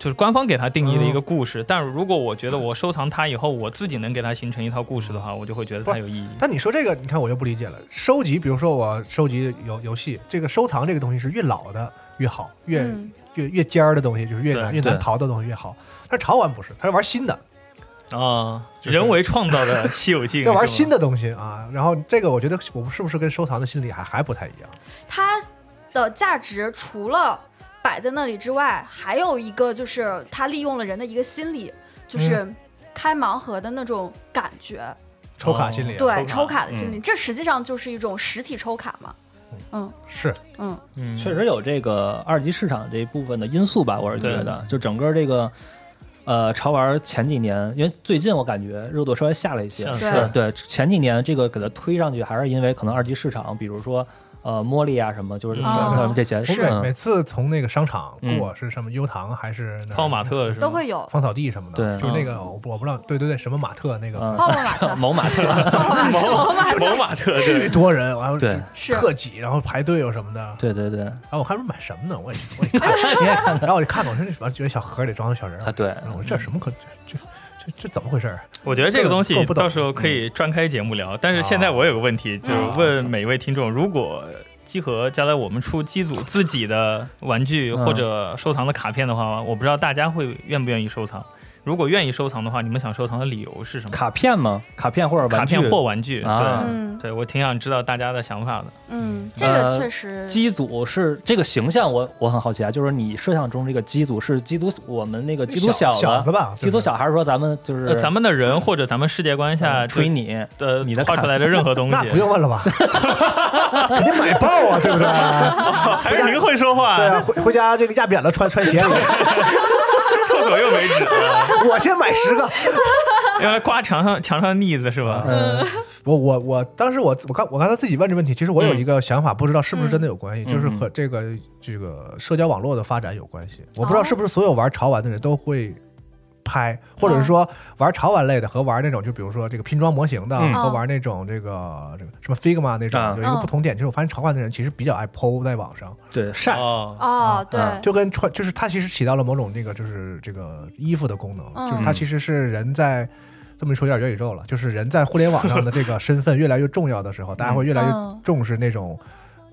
就是官方给它定义嗯的一个故事。但如果我觉得我收藏它以后，我自己能给它形成一套故事的话，我就会觉得它有意义。但你说这个，你看我就不理解了。收集，比如说我收集游游戏，这个收藏这个东西是越老的越好，越、嗯越越尖儿的东西就是越对难越难对淘的东西越好。但是潮玩不是，它是玩新的，啊，就是人为创造的 稀有性，要玩是吗新的东西啊。然后这个我觉得我是不是跟收藏的心理还还不太一样？它的价值除了摆在那里之外，还有一个就是它利用了人的一个心理，嗯就是开盲盒的那种感觉，抽卡心理、对，抽抽卡卡的嗯心理，这实际上就是一种实体抽卡嘛。是嗯嗯确实有这个二级市场这一部分的因素吧，我是觉得，就整个这个。呃，潮玩前几年，因为最近我感觉热度稍微下了一些，像是对对，前几年这个给它推上去，还是因为可能二级市场，比如说呃茉莉啊什么，就是嗯他们这些我每每嗯次从那个商场嗯过是什么优唐还是哪儿泡泡玛特是吗都会有芳草地什么的，对就是那个我不我不知道，对对对，什么马特那个。嗯，泡泡玛特某马特，某马某马特巨对，多人，完了对就特挤，然后排队又什么的，对对对，然后我看说买什么呢？我也 我也看，你也看然后我就看了，我说这完觉得小盒里装的小人儿啊，，对，我说这什么可这这这这怎么回事儿？我觉得这个东够西不懂到时候可以专开节目聊。但是现在我有个问题，就是问每一位听众，如果机核将来我们出机组自己的玩具嗯或者收藏的卡片的话，我不知道大家会愿不愿意收藏。如果愿意收藏的话，你们想收藏的理由是什么？卡片吗？卡片或者卡玩具片或玩具，啊对。嗯对，我挺想知道大家的想法的。嗯，这个确实，呃机组是这个形象我，我很好奇啊，就是你设想中这个机组是机组我们那个机组小子，子吧，机组就是小还是说咱们就是、呃，咱们的人或者咱们世界观下嗯就吹你，呃你的画卡出来的任何东西那，不用问了吧？ 肯定买爆啊，对不对？ 还是您会说 话，对啊，回回家这个压扁了穿穿鞋里，厕所又没纸了，我先买十个。用来刮墙上墙上腻子是吧？嗯我我我当时我我刚我刚才自己问这问题，其实我有嗯一个想法，不知道是不是真的有关系，就是和这个这个社交网络的发展有关系。我不哦知道是不是所有玩潮玩的人都会拍，或嗯者是说玩潮玩类的和玩那种就比如说这个拼装模型的、嗯和玩那种这个这个什么 Figma 那种、嗯有一个不同点，就是我发现潮玩的人其实比较爱 PO 在网上，对晒，哦，哦，对，啊就跟穿就是它其实起到了某种那个就是这个衣服的功能，嗯就是它其实是人在。这么一说有点元宇宙了，就是人在互联网上的这个身份越来越重要的时候，大家会越来越嗯重视那种，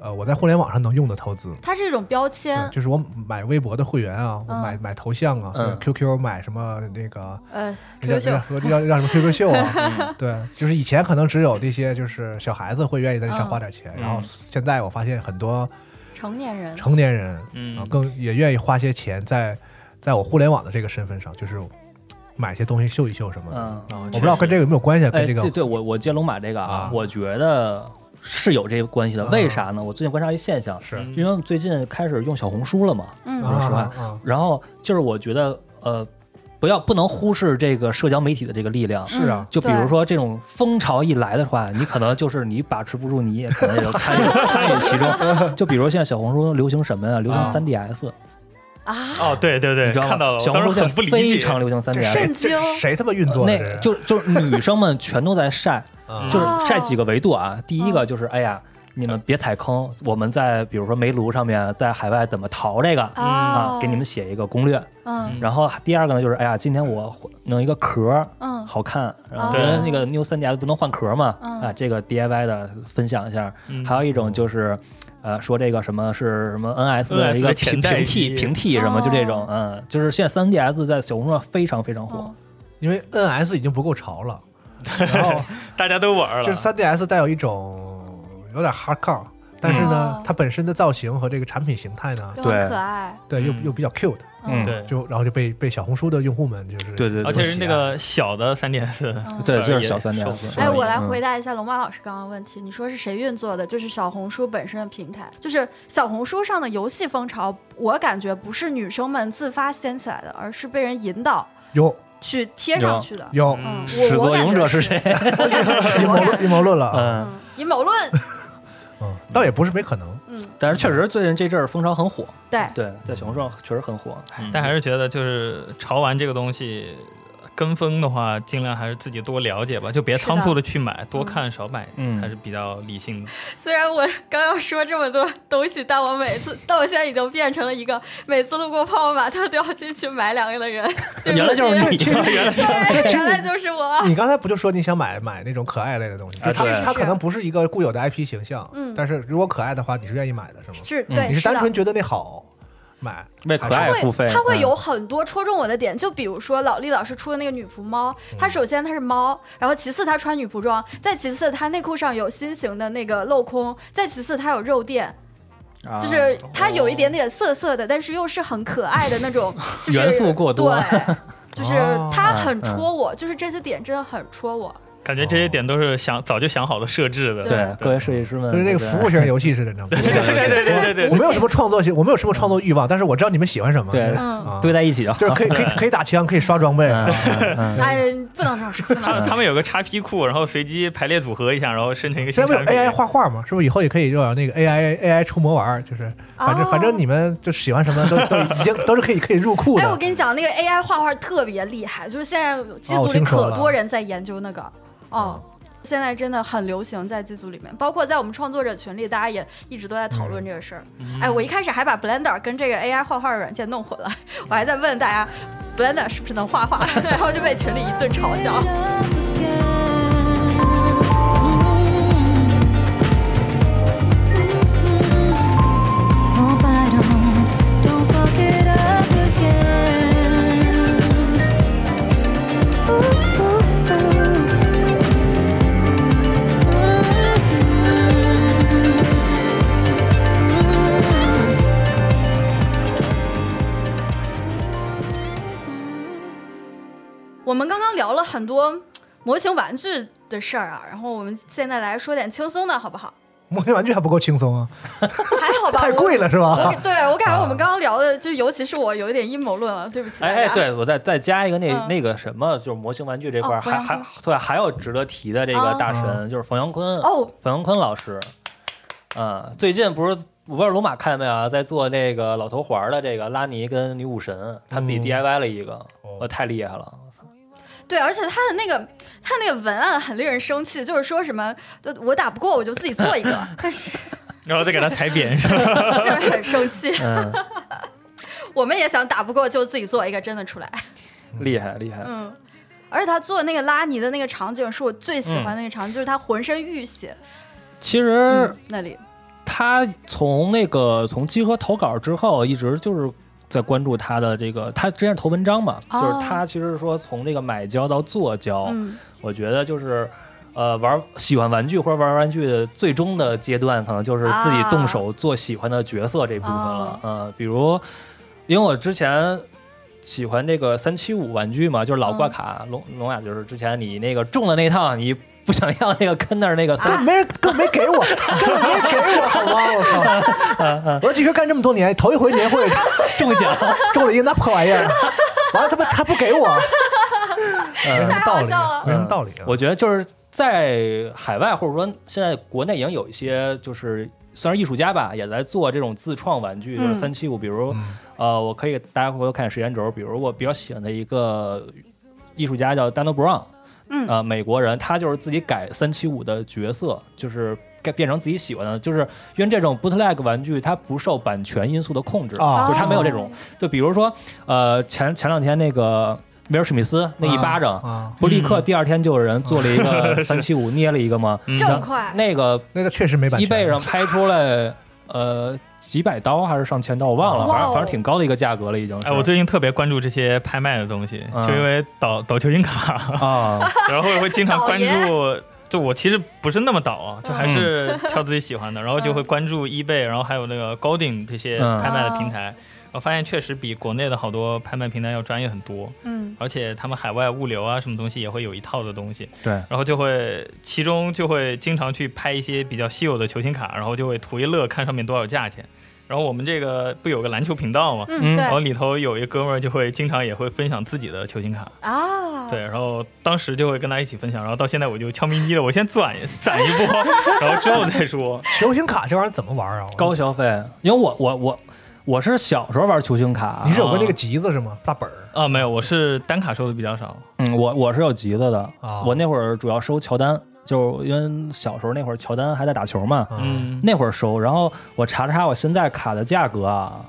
呃，我在互联网上能用的投资，它是一种标签嗯，就是我买微博的会员啊，我嗯买买头像啊嗯，QQ 买什么那个呃，QQ 那叫秀嗯那叫那叫什么 QQ 秀 啊？ 对，就是以前可能只有这些就是小孩子会愿意在这上花点钱，嗯然后现在我发现很多成年人，成年人，嗯然后更也愿意花些钱在在我互联网的这个身份上，就是买些东西秀一秀什么的。嗯，我不知道跟这个有没有关系啊，哎，跟这个对对，我我接龙马这个啊我觉得是有这个关系的，啊为啥呢？我最近观察一现象，是因为最近开始用小红书了嘛，嗯说实话啊啊然后就是我觉得呃，不要不能忽视这个社交媒体的这个力量。是啊就比嗯对如说这种风潮一来的话，你可能就是你把持不住，你也可能也就参与参与其中。就比如现在小红书流行什么呀？流行啊 3DS，、啊，哦，对对对，你知道吗？哎看到了，我小当红时书现很在不理非解，常流行这 3DS，谁震惊这谁他妈运作的？那这就就是女生们全都在晒，嗯啊就是哦嗯晒几个维度啊。第一个就是哎呀，你们别踩坑，我们在比如说煤炉上面，在海外怎么逃这个啊啊，，给你们写一个攻略。嗯然后第二个呢，就是哎呀，今天我弄一个壳儿嗯好看，然后对因为那个 New 3 DS 不能换壳嘛，嗯啊，这个 DIY 的分享一下。嗯还有一种就是，呃，说这个什么是什么 NS 的 NS 一个的前平代平机替平替什么，就这哦种，嗯，就是现在 3DS 在小红书上非常非常火嗯，因为 NS 已经不够潮 了，然后大家都玩了，就是 3DS 带有一种有点 hardcore，但是哦嗯呢，它本身的造型和这个产品形态呢，又对很可爱，对，又嗯又比较 cute，嗯，对就然后就被被小红书的用户们就是对对对而且是那个小的三 DS，嗯对，就是也小三受 DS 不。了哎，我来嗯回答一下龙马老师刚刚的问题，你说是谁运作的？就是小红书本身的平台，就是小红书上的游戏风潮，我感觉不是女生们自发掀起来的，而是被人引导有去贴有上去的。有嗯，始我我作感俑觉者是谁？啊我感觉是， 阴我谋感论阴谋论了啊，嗯，嗯，阴谋论，嗯，倒也不是没可能，嗯，但是确实最近这阵儿风潮很火，对，对，在小红书上确实很火。哎但还是觉得就是潮玩这个东西。跟风的话，尽量还是自己多了解吧，就别是的仓促的去买，多看少买，嗯还是比较理 性的。虽然我刚要说这么多东西，但我每次，但我现在已经变成了一个每次路过泡泡玛特都要进去买两个的 人。对不起原来就是你，原来 对，原来就是我。你刚才不就说你想买买那种可爱类的东西？嗯啊它对它可能不是一个固有的 IP 形象，嗯但是如果可爱的话，你是愿意买的，是吗？哎是嗯对，你是单的纯觉得那好买，为可爱付费，它会嗯有很多戳中我的点，就比如说老厉老师出的那个女仆猫，嗯它首先它是猫，然后其次它穿女仆装，再其次它内裤上有心形的那个镂空，再其次它有肉垫，啊就是它有一点点涩涩的，但是又是很可爱的那种，就是元素过多对，就是哦它很戳我，就是这些点真的很戳我。 感觉这些点都是想早就想好的设置的。对对各位设计师们，就是那个对服务型游戏似的，你知道吗？是是是，对对对，对 对服我没有务什型么创作性，我没有什么创作欲望，但是我知道你们喜欢什么，对啊，堆在一起就好就是可以可以可以打枪，可以刷装备，嗯嗯嗯 哎，不能这么说，不能这么他说他们有个叉 P 库，然后随机排列组合一下，然后生成一个现新在不有产品。 AI 画画吗？是不是以后也可以就往那个 AI AI 出魔玩儿？就是反正、哦反正你们就喜欢什么都都已经都是可以可以入库的。哎，我跟你讲，那个 AI 画画特别厉害，就是现在机哦组我里听说可了多人在研究那个，哦。现在真的很流行在机组里面，包括在我们创作者群里，大家也一直都在讨论这个事儿。嗯哎，我一开始还把 Blender 跟这个 AI 画画软件弄混了，嗯我还在问大家 Blender 是不是能画 画，然后就被群里一顿嘲笑。我们刚刚聊了很多模型玩具的事儿啊，然后我们现在来说点轻松的，好不 好？模型玩具还不够轻松啊，还好吧？太我贵了是我吧？ 对我感觉我们刚刚聊的，就尤其是我有一点阴谋论了，对不起。啊哎哎，大家，对我再再加一个那嗯那个什么，就是模型玩具这块儿，哦冯还阳还坤对还有值得提的这个哦大神就是冯阳坤，哦，冯阳坤老师，嗯，最近不是我不知道龙马看见没有啊，在做那个老头环儿的这个拉尼跟女武神，他自己嗯 DIY 了一个，哦我太厉害了，对，而且他的那个他那个文案很令人生气，就是说什么呃我打不过我就自己做一 个，但是然后再给它踩扁，是吧？让人很生气。嗯， 我们也想打不过就自己做一个，真的出来，厉害厉害，嗯。而且他做那个拉尼的那个场景是我最喜嗯欢的那个场景，就是他浑身浴血，其实。嗯，那里他从那个从集合投稿之后，一直就是在关注他的这个，他之前投文章嘛，哦就是他其实说从那个买胶到做胶，嗯，我觉得就是。呃，玩喜欢玩具或者玩玩具的最终的阶段，可能就是自己动手做喜欢的角色这部分哦了。呃，比如，因为我之前喜欢这个三七五玩具嘛，就是老挂卡，嗯龙龙雅就是之前你那个中的那套，你不想要那个坑那儿那个三 啊根本没人根本没给我，根本没给我，好吗？我 嗯操！我几个干这么多年，头一回年会中奖，中了一个那破玩意儿，完了他妈还不给我，没什呃么道太好理笑了，没什么道理啊。嗯我觉得就是在海外或者说现在国内已经有一些就是算是艺术家吧，也在做这种自创玩具，就是嗯三七五，比如、嗯呃，我可以大家回头看时间轴，比如我比较喜欢的一个艺术家叫 Dano Brown，嗯呃，美国人，他就是自己改三七五的角色，就是。改变成自己喜欢的，就是因为这种 bootleg 玩具，它不受版权因素的控制，啊就是它没有这种。就比如说，呃，前前两天那个威尔史密斯那一巴掌，啊，不立刻嗯第二天就有人做了一个三七五，捏了一个吗？嗯这么快，那个那个确实没版一权。贝上拍出来，呃，几百刀还是上千刀，我忘了，哇反哦正反正挺高的一个价格了，已经是。哎，我最近特别关注这些拍卖的东西，嗯 就因为导导球星卡，啊，然后会经常关导注就我其实不是那么倒啊，嗯就还是挑自己喜欢的，然后嗯就会关注 eBay，然后还有那个 Golding 这些嗯拍卖的平台，我发现确实比国内的好多拍卖平台要专业很多，嗯而且他们海外物流啊什么东西也会有一套的东西，对，然后就会其中就会经常去拍一些比较稀有的球星卡，然后就会图一乐，看上面多少价钱。然后我们这个不有个篮球频道嘛，嗯，然后哦对里头有一哥们儿就会经常也会分享自己的球星卡，啊，对，然后当时就会跟他一起分享，然后到现在我就悄咪咪的，我先攒攒一波， 然后之后再说。球星卡这玩意儿怎么玩啊？我高，消费，因为我我我我是小时候玩球星卡你，是有个那个集子是吗？大本儿啊，没有，我是单卡收的比较少，嗯，我我是有集子的，啊我那会儿主要收乔丹，就是因为小时候那会儿乔丹还在打球嘛，啊嗯，那会儿收，然后我查了查我现在卡的价格啊，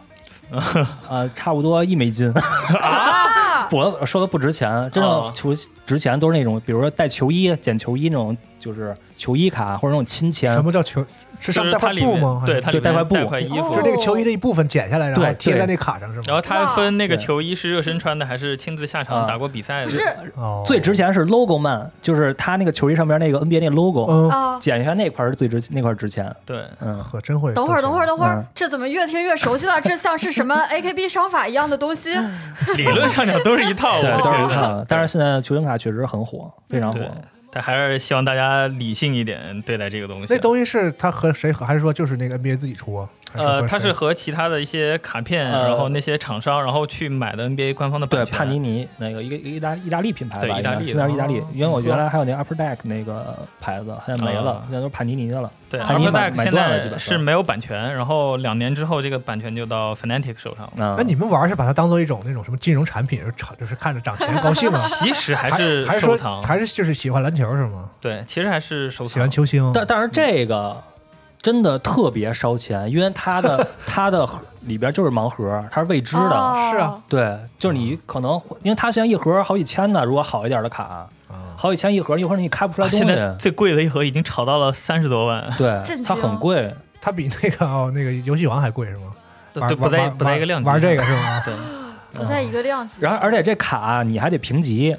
呃，差不多一美金 啊，我收的不值钱，真哦正球值钱都是那种，比如说带球衣、捡球衣那种，就是球衣卡或者那种亲签什，么叫球？是就上是带它块里布面吗？对，它里对带面块布带块衣服哦就，那个球衣的一部分剪下来，然后对贴在对那卡上是吗？然后他分那个哇球衣是热身穿的还是亲自下场啊打过比赛的，不是哦最值钱是 logo man，就是他那个球衣上面那个 NBA 那 logo，嗯，啊。剪一下那块儿是最值，那块儿值钱，对。嗯。可真会。等会儿，等会儿，，等会儿嗯，这怎么越听越熟悉了？这像是什 么 AKB 商法一样的东西？理论上讲都是一套，我对，觉都是一得。套的。 但是现在球星卡确实很火，非常火哦对。，但还是希望大家理性一点对待这个东西。那东西是他和谁合，还是说就是那个 NBA 自己出啊？还呃，和它谁是和其他的一些卡片，呃然后那些厂商，然后去买的 NBA 官方的对，版权。帕尼尼那个一个一个意大意大利品牌吧，对应该意大利是在意大利哦。因为我原来还有那 Upper Deck 那个牌子，现在没了啊，现在都是帕尼尼的了。对帕尼尼 Upper 买 Deck 买现断了，基在本是上。没有版权，然后两年之后这个版权就到 Fnatic 手 上了。啊哎那，你们玩是把它当做一种那种什么金融产品，就是炒就是看着涨钱高兴啊？其实还还是还是收说藏，还是就是喜欢篮球是吗？对，其实还是收喜藏欢。球星？但但是这个真的特别烧钱，因为它 的它的盒里边就是盲盒，它是未知的。哦是啊，对，就是你可能会，因为它现在一盒好几千呢，如果好一点的卡，啊，好几千一盒，一会儿你开不出来啊东西现。在最贵的一盒已经炒到了三十多万，对，震它惊很贵。它比那个哦那个游戏王还贵是吗？玩对，不在玩不在一个量级玩这个是吗？对，不在一个量级。然后，而且这卡你还得评级，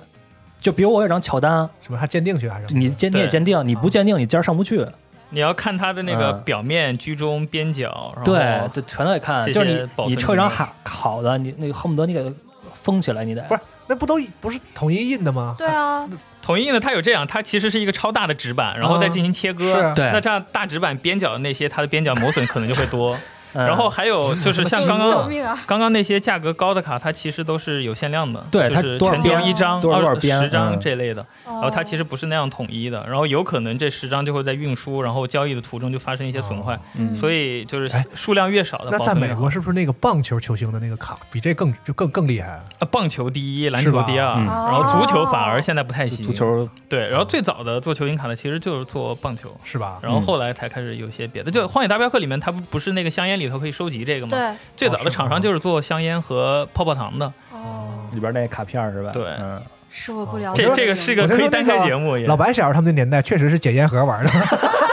就比如我有张乔丹，什么还鉴定去还是什么你鉴你也对啊鉴定，你不鉴定你今儿上不去。你要看它的那个嗯表面、居中、边角，然后对，这全都得看。这就是些你保存你抽一张情况好好的，你那个恨不得你给它封起来，你得不是那不都不是统一印的吗？对啊，统一印的它有这样，它其实是一个超大的纸板，然后再进行切割。是啊嗯对那这样大纸板边角的那些，它的边角磨损可能就会多。嗯然后还有就是像刚救 刚命啊！刚刚那些价格高的卡，它其实都是有限量的，对就它是多少全球边一张、多少多少二边十张嗯这类的。然然后它哦其实不是那样统一的，然后有可能这十张就会在运输然后交易的途中就发生一些损坏，嗯所以就是哎数量越少的那保在存美越好国是不是那个棒球球星的那个卡比这更就更更厉害啊？啊棒球第一，篮是球吧第二，嗯然后足球反而现在不太行。足球嗯对，然后最早的做球星卡的其实就是做棒球。是吧？然后后来才开始有些别的，就《荒野大镖客》里面，它不不是那个香烟里头可以收集这个哦吗？，对最早的厂商就是做香烟和泡泡糖的。哦，里边那卡片儿是吧？对嗯，是我不了解这这个是个可以单开节目，也老白小时候他们那年代确实是捡烟盒玩的，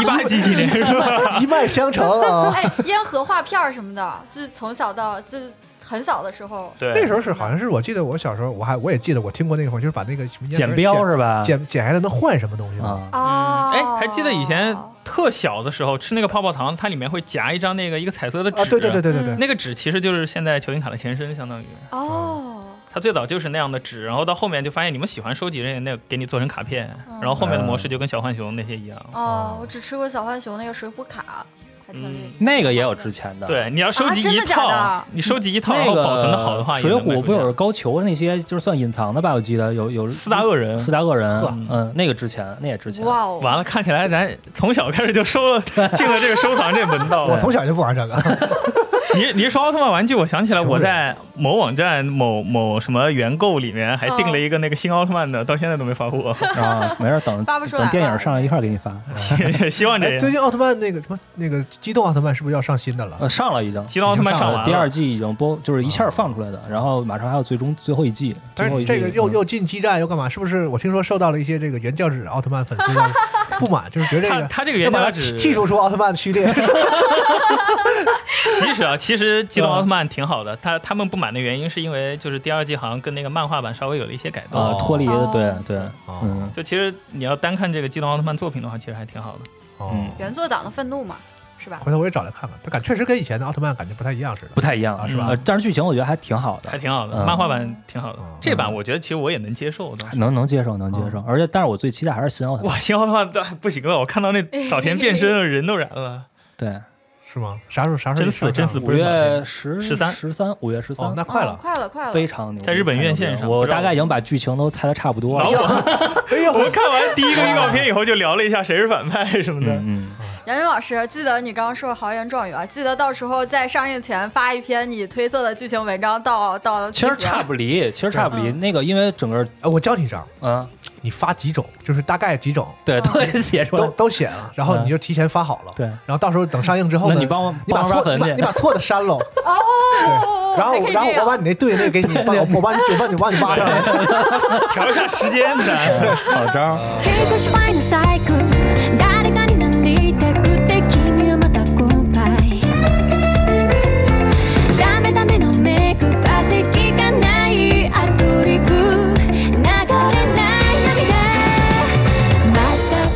一八几几年是吧？一脉相承 啊。哎，烟盒画片儿什么的，就是从小到就是很小的时候，对，那时候是好像是我记得我小时候我还我也记得我听过那会儿就是把那个什么烟盒剪标是吧？剪剪下来能换什么东西吗？啊，哦，哎，还记得以前特小的时候吃那个泡泡糖，它里面会夹一张那个一个彩色的纸。啊，对对对。嗯对对对，那个纸其实就是现在球星卡的前身，相当于哦，它最早就是那样的纸，然后到后面就发现你们喜欢收集这个，那个给你做成卡片，嗯然后后面的模式就跟小浣熊那些一样。哦，我只吃过小浣熊那个水浒卡，还挺厉害。嗯那个也有值钱的。。对，你要收集啊真一的假套，的你收集一套，然那后个保存的好的话，也水能买浒回不有家高俅那些，就是算隐藏的吧？我记得有嗯有四大恶人四。大恶人呵，嗯，那个值钱，那也值钱。哇哦，完了，看起来咱从小开始就收了进了这个收藏这门道。我从小就不玩这 个，你你一说奥特曼玩具，我想起来什么我在某网站某某什么原购里面还订了一个那个新奥特曼的，到现在都没发货。啊，没事儿，等发不出来等电影了上一块儿给你发。也 希望这哎，最样。近奥特曼那个什么那个机动奥特曼是不是要上新的了？呃，上了已经。极端奥特曼上上完呃，了第二季已经播，就是一气儿放出来的，然后马上还有最终最后一季，最但后是一季这个又嗯又进基站又干嘛？是不是我听说受到了一些这个原教旨奥特曼粉丝的不满，就是觉得这他个他这个要原把价 它值嗯剔除出奥特曼的序列。其实啊，其实机动嗯奥特曼挺好的，他他们不满的原因是因为就是第二季好像跟那个漫画版稍微有了一些改嗯动。啊，脱离哦的，对对，哦嗯，就其实你要单看这个机动奥特曼作品的话，其实还挺好的。哦嗯，原作党的愤怒嘛，是吧？回头我也找来看看，他感确实跟以前的奥特曼感觉不太一样似的不。太一样啊是吧呃但是剧情我觉得还挺好的，还挺好的，嗯漫画版挺好的嗯。这版我觉得其实我也能接受，当时。能能接受，能接受。而且，但是我最期待还是新奥特哦曼。哇，新奥特曼的不行了，我看到那早田变身了人都燃了。对，是吗？啥时候啥时候真上死真上死了五不是早月田十13十三，五月十三哦，，那快哦了，快了，快了，非常牛。在日本院线上我不知道大概已经把剧情都猜的差不多然后了。我哎 呦，我们看完第一个预告片以后就聊了一下谁是反派什么的。嗯嗯，杨云老师，记得你刚刚说的豪言壮语啊，记得到时候在上映前发一篇你推测的剧情文章到到。其实差不离，其实差不离。嗯那个因为整个，哎我教你一招，嗯，你发几种，就是大概几种对，都嗯得写出都来。都写了，然后你就提前发好了。对然后到时候等上映之后那呢，你帮我你把帮我挖错坟你把去你把错的删了，哦，然后我然后我把你那对那个给你，帮我我帮你我帮你帮你挖上来。调一下时间的，好招，嗯「引っ越し前の最高」「誰かになりたくて君はまた後悔」「ダメダメのメイクばせきがないアドリブ」「流れない涙」「瞬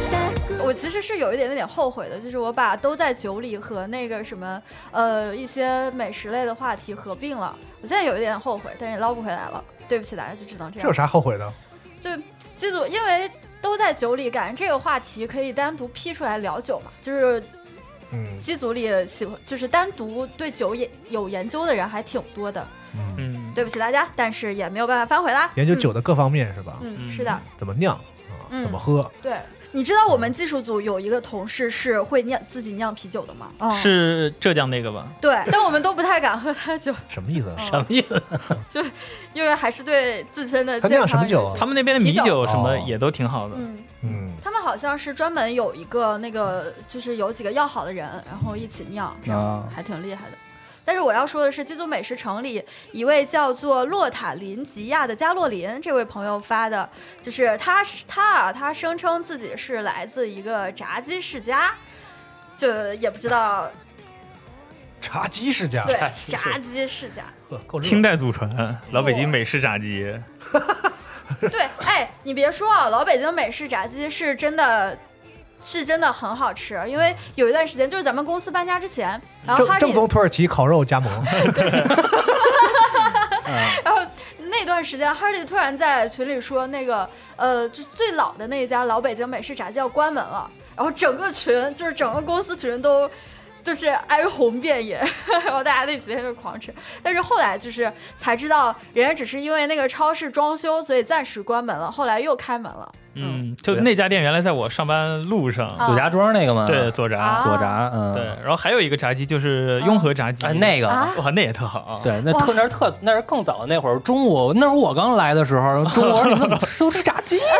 く我其实是有一点点后悔的，就是我把都在酒里和那个什么呃一些美食类的话题合并了，我现在有一点后悔，但是也捞不回来了，对不起大家，就只能这这有样。啥后悔的？就机组，因为都在酒里，感觉这个话题可以单独劈出来聊酒嘛，就是嗯，机组里喜欢就是单独对酒也有研究的人还挺多的。嗯，对不起大家，但是也没有办法翻回来。研究酒的各方面是吧？嗯嗯，嗯，嗯是的，怎么酿啊？嗯怎么喝？对。你知道我们技术组有一个同事是会酿自己酿啤酒的吗？哦是浙江那个吧？对，但我们都不太敢喝他的酒，什么意思啊？什么意思？因为还是对自身的他健酿康什么酒有啊一些他们那边的米啤酒酒什么哦也都挺好的。嗯，嗯，他们好像是专门有一个那个，就是有几个要好的人，然后一起酿，这样啊子还挺厉害的。但是我要说的是，剧组美食城里一位叫做洛塔林吉亚的加洛林这位朋友发的，就是他是他啊，他声称自己是来自一个炸鸡世家，就也不知道茶几世家，对 炸鸡世家，呵，够热清代祖传老北京美式炸鸡，嗯对，哎，你别说啊，老北京美式炸鸡是真的，是真的很好吃。因为有一段时间，就是咱们公司搬家之前，然后正哈正利，宗土耳其烤肉加盟，然后那段时间，哈利突然在群里说，那个呃，就是最老的那一家老北京美式炸鸡要关门了，然后整个群，就是整个公司群都。就是哀鸿遍野， 然后大家那几天就狂吃，但是后来就是才知道，人家只是因为那个超市装修，所以暂时关门了，后来又开门了。嗯，就那家店原来在我上班路上，啊左家庄那个吗？对，左啊闸，左闸，嗯，对，，然后还有一个炸鸡就是雍和炸鸡哦啊，，那个。啊哇，那也特好。对，那特那是特那是更早的那会儿，中午那会儿我刚来的时候，中午我说你们都吃炸鸡啊，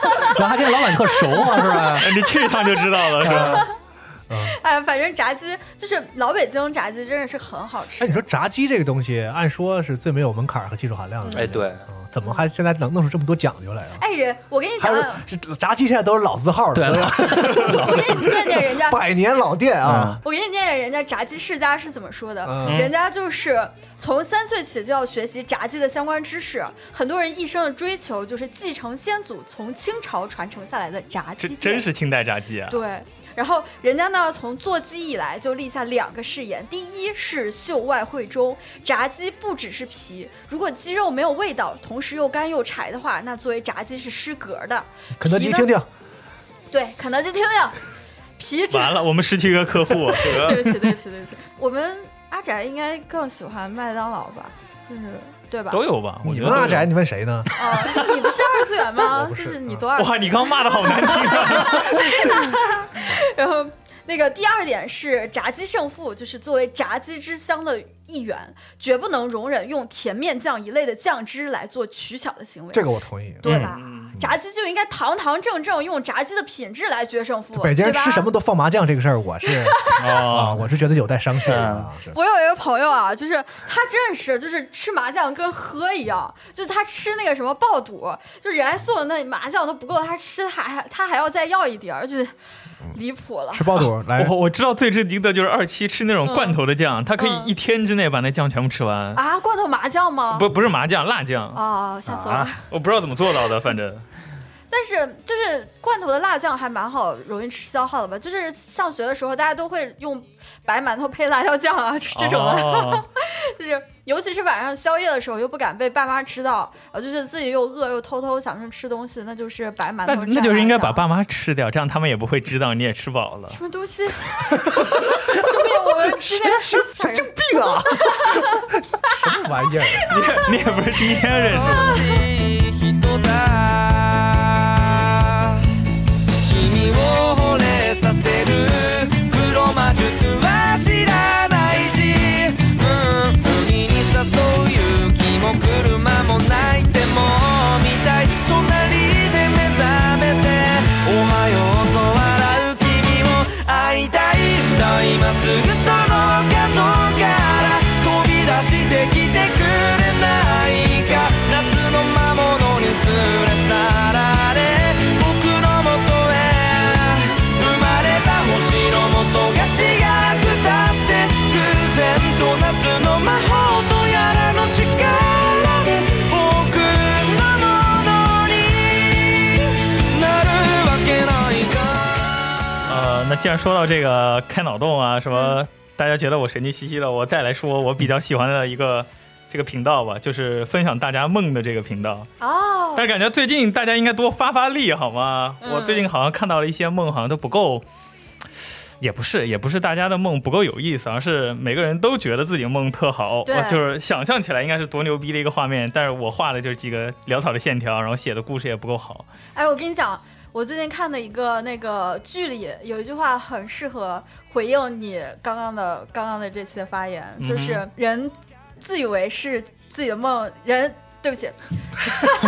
然后还跟老板特熟嘛，是吧？哎，你去一趟就知道 了，是吧？啊哎，反正炸鸡就是老北京炸鸡，真的是很好吃。哎，你说炸鸡这个东西，按说是最没有门槛和技术含量的。哎对嗯，怎么还现在能弄出这么多讲究来啊？哎人，我跟你还讲，是这炸鸡现在都是老字号了，对都是我给你念念人 家，百年老店啊。我给你念念人家炸鸡世家是怎么说的。嗯人家就是从三岁起就要学习炸鸡的相关知识，很多人一生的追求就是继承先祖从清朝传承下来的炸鸡这店。真是清代炸鸡啊！对。然后人家呢，从做鸡以来就立下两个誓言：第一是秀外慧中，炸鸡不只是皮，如果鸡肉没有味道，同时又干又柴的话，那作为炸鸡是失格的。肯德基皮呢听听，对，肯德基听听， 皮只完了，我们失去一个客户。对不起，对不起，对不起，我们阿宅应该更喜欢麦当劳吧，就是对吧？都有吧？我你觉们得阿都有宅，你问谁呢？ 啊，你不是二次元吗我？不就是是你多二次哇，元。你刚骂的好难听啊！ 然后那个第二点是炸鸡胜负，就是作为炸鸡之乡的一员，绝不能容忍用甜面酱一类的酱汁来做取巧的行为，这个我同意。对吧？炸鸡就应该堂堂正正用炸鸡的品质来决胜负，北京人吃什对么吧？都放麻酱这个事儿，我是啊，哦，嗯我是觉得有待商榷啊。是我有一个朋友啊，就是他真的是就是吃麻酱跟喝一样，就是他吃那个什么爆肚，就人家送的那麻酱都不够他吃，他还他还要再要一碟儿，就是离谱了。吃爆肚 来我我知道最震惊的就是二七吃那种罐头的酱，他可以嗯一天之内把那酱全部吃完。啊，罐头麻酱吗？不不是麻酱，辣酱，啊，吓死我了！啊我不知道怎么做 到的，反正但是就是罐头的辣酱还蛮好，容易吃消耗的吧？就是上学的时候，大家都会用白馒头配辣椒酱啊，就是这种的。 哦就是尤其是晚上宵夜的时候，又不敢被爸妈吃到，啊，就是自己又饿又偷偷想去吃东西，那就是白馒那头蘸辣酱。啊那就是应该把爸妈吃掉，这样他们也不会知道你也吃饱 了。什么东西？救命！我们之前吃神经病啊！ 什么玩意儿？你也你也不是第一天认识，欲しい人だ君を惚れさせる黒魔術は知らないしうん海に誘う勇気も車もないでも見たい隣で目覚めておはようと笑う君を会いたいんだ今すぐその角から飛び出してきてくれないか夏の魔物に連れ去られ僕のもとへ生まれた星の元が違くたって偶然と夏の魔法とやらの力で僕のものになるわけないか呃，那既然说到这个开脑洞啊，什嗯么大家觉得我神经兮兮的，我再来说我比较喜欢的一个这个频道吧，就是分享大家梦的这个频道。哦，但是感觉最近大家应该多发发力好吗？嗯我最近好像看到了一些梦，好像都不够，也不是，也不是大家的梦不够有意思，而是每个人都觉得自己的梦特好，对我就是想象起来应该是多牛逼的一个画面，但是我画的就是几个潦草的线条，然后写的故事也不 够好。哎，我跟你讲，我最近看的一个那个剧里有一句话很适合回应你刚刚的刚刚的这期的发言，嗯就是人自以为是自己的梦，人对不起，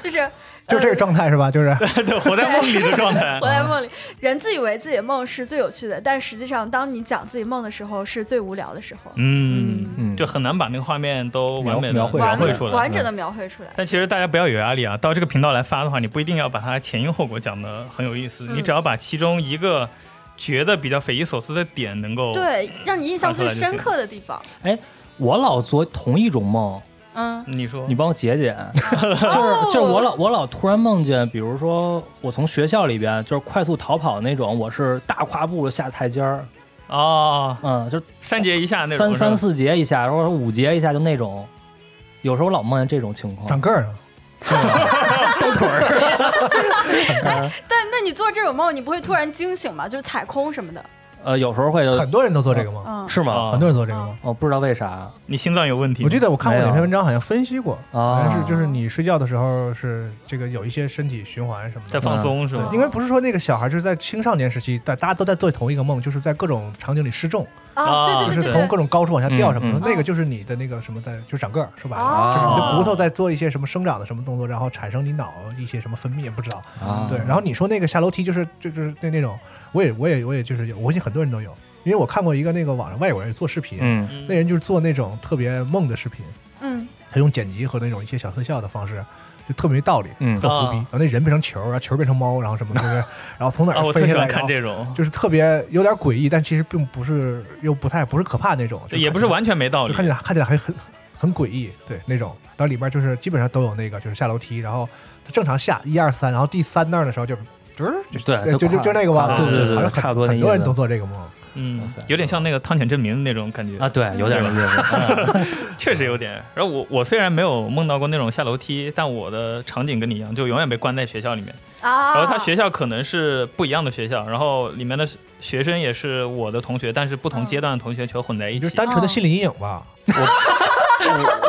就是呃就这个状态是吧？就是对，活在梦里的状态活。在梦里，人自以为自己的梦是最有趣的，但实际上，当你讲自己梦的时候，是最无聊的时候。嗯，嗯就很难把那个画面都完美的描绘完描绘绘出来。嗯完整的描绘出来。但其实大家不要有压力啊，到这个频道来发的话，你不一定要把它前因后果讲得很有意思，嗯你只要把其中一个觉得比较匪夷所思的点能够对，让你印象发出来最就深行刻的地方，哎我老做同一种梦， 嗯，你说你帮我解解。哦就是就是我老我老突然梦见，比如说我从学校里边就是快速逃跑那种，我是大跨步下台阶儿，哦，嗯，就是三节一下那种三是吧三四节一下，然后五节一下就那种。有时候我老梦见这种情况，长个儿呢，但那你做这种梦，你不会突然惊醒吗？就是踩空什么的，呃，有时候会很多人都做这个梦，嗯，是吗？哦很多人做这个梦。我不知道为啥你心嗯脏有哦问题吗，我记得我看过哪没篇有文章，好像分析过，好像啊是就是你睡觉的时候是这个有一些身体循环什么的。在放松是吧嗯对，？应该不是说那个小孩就是在青少年时期，大大家都在做同一个梦，就是在各种场景里失重，啊，啊对就对是对对从对，各种高处往下掉什么的嗯，那个就是你的那个什么在就长个儿，说白了，哦就是你的骨头在做一些什么生长的什么动作，然后产生你脑一些什么分泌，不知道。啊，对，然后你说那个下楼梯就是就就是那那种，我也我也我也就是有，我相信很多人都有，因为我看过一个那个网上外国人做视频，嗯嗯那人就是做那种特别梦的视频，嗯，他用剪辑和那种一些小特效的方式，就特别没道理，嗯特胡逼啊。然后那人变成球，然后球变成猫，然后什么，对 不对？然后从哪啊，儿我飞特喜下来，欢然看后这种，就是特别有点诡异，但其实并不是又不太不是可怕那种，就也看不是起来完全没道就理看起来看起来还很很很诡异，对那种。然后里边就是基本上都有那个，就是下楼梯，然后他正常下一二三，然后第三那儿的时候就吱儿就呃对对，就就跨就那个吧，对对好对对，像差不多那很意多人都思做这个梦，嗯，有点像那个汤浅证明那种感觉啊，，对，有嗯点那 意思。嗯确实有点。然后我我虽然没有梦到过那种下楼梯，但我的场景跟你一样，就永远被关在学校里面。啊，然后他学校可能是不一样的学校，然后里面的学生也是我的同学，但是不同阶段的同学全混在一就是起。单纯的心理阴影吧。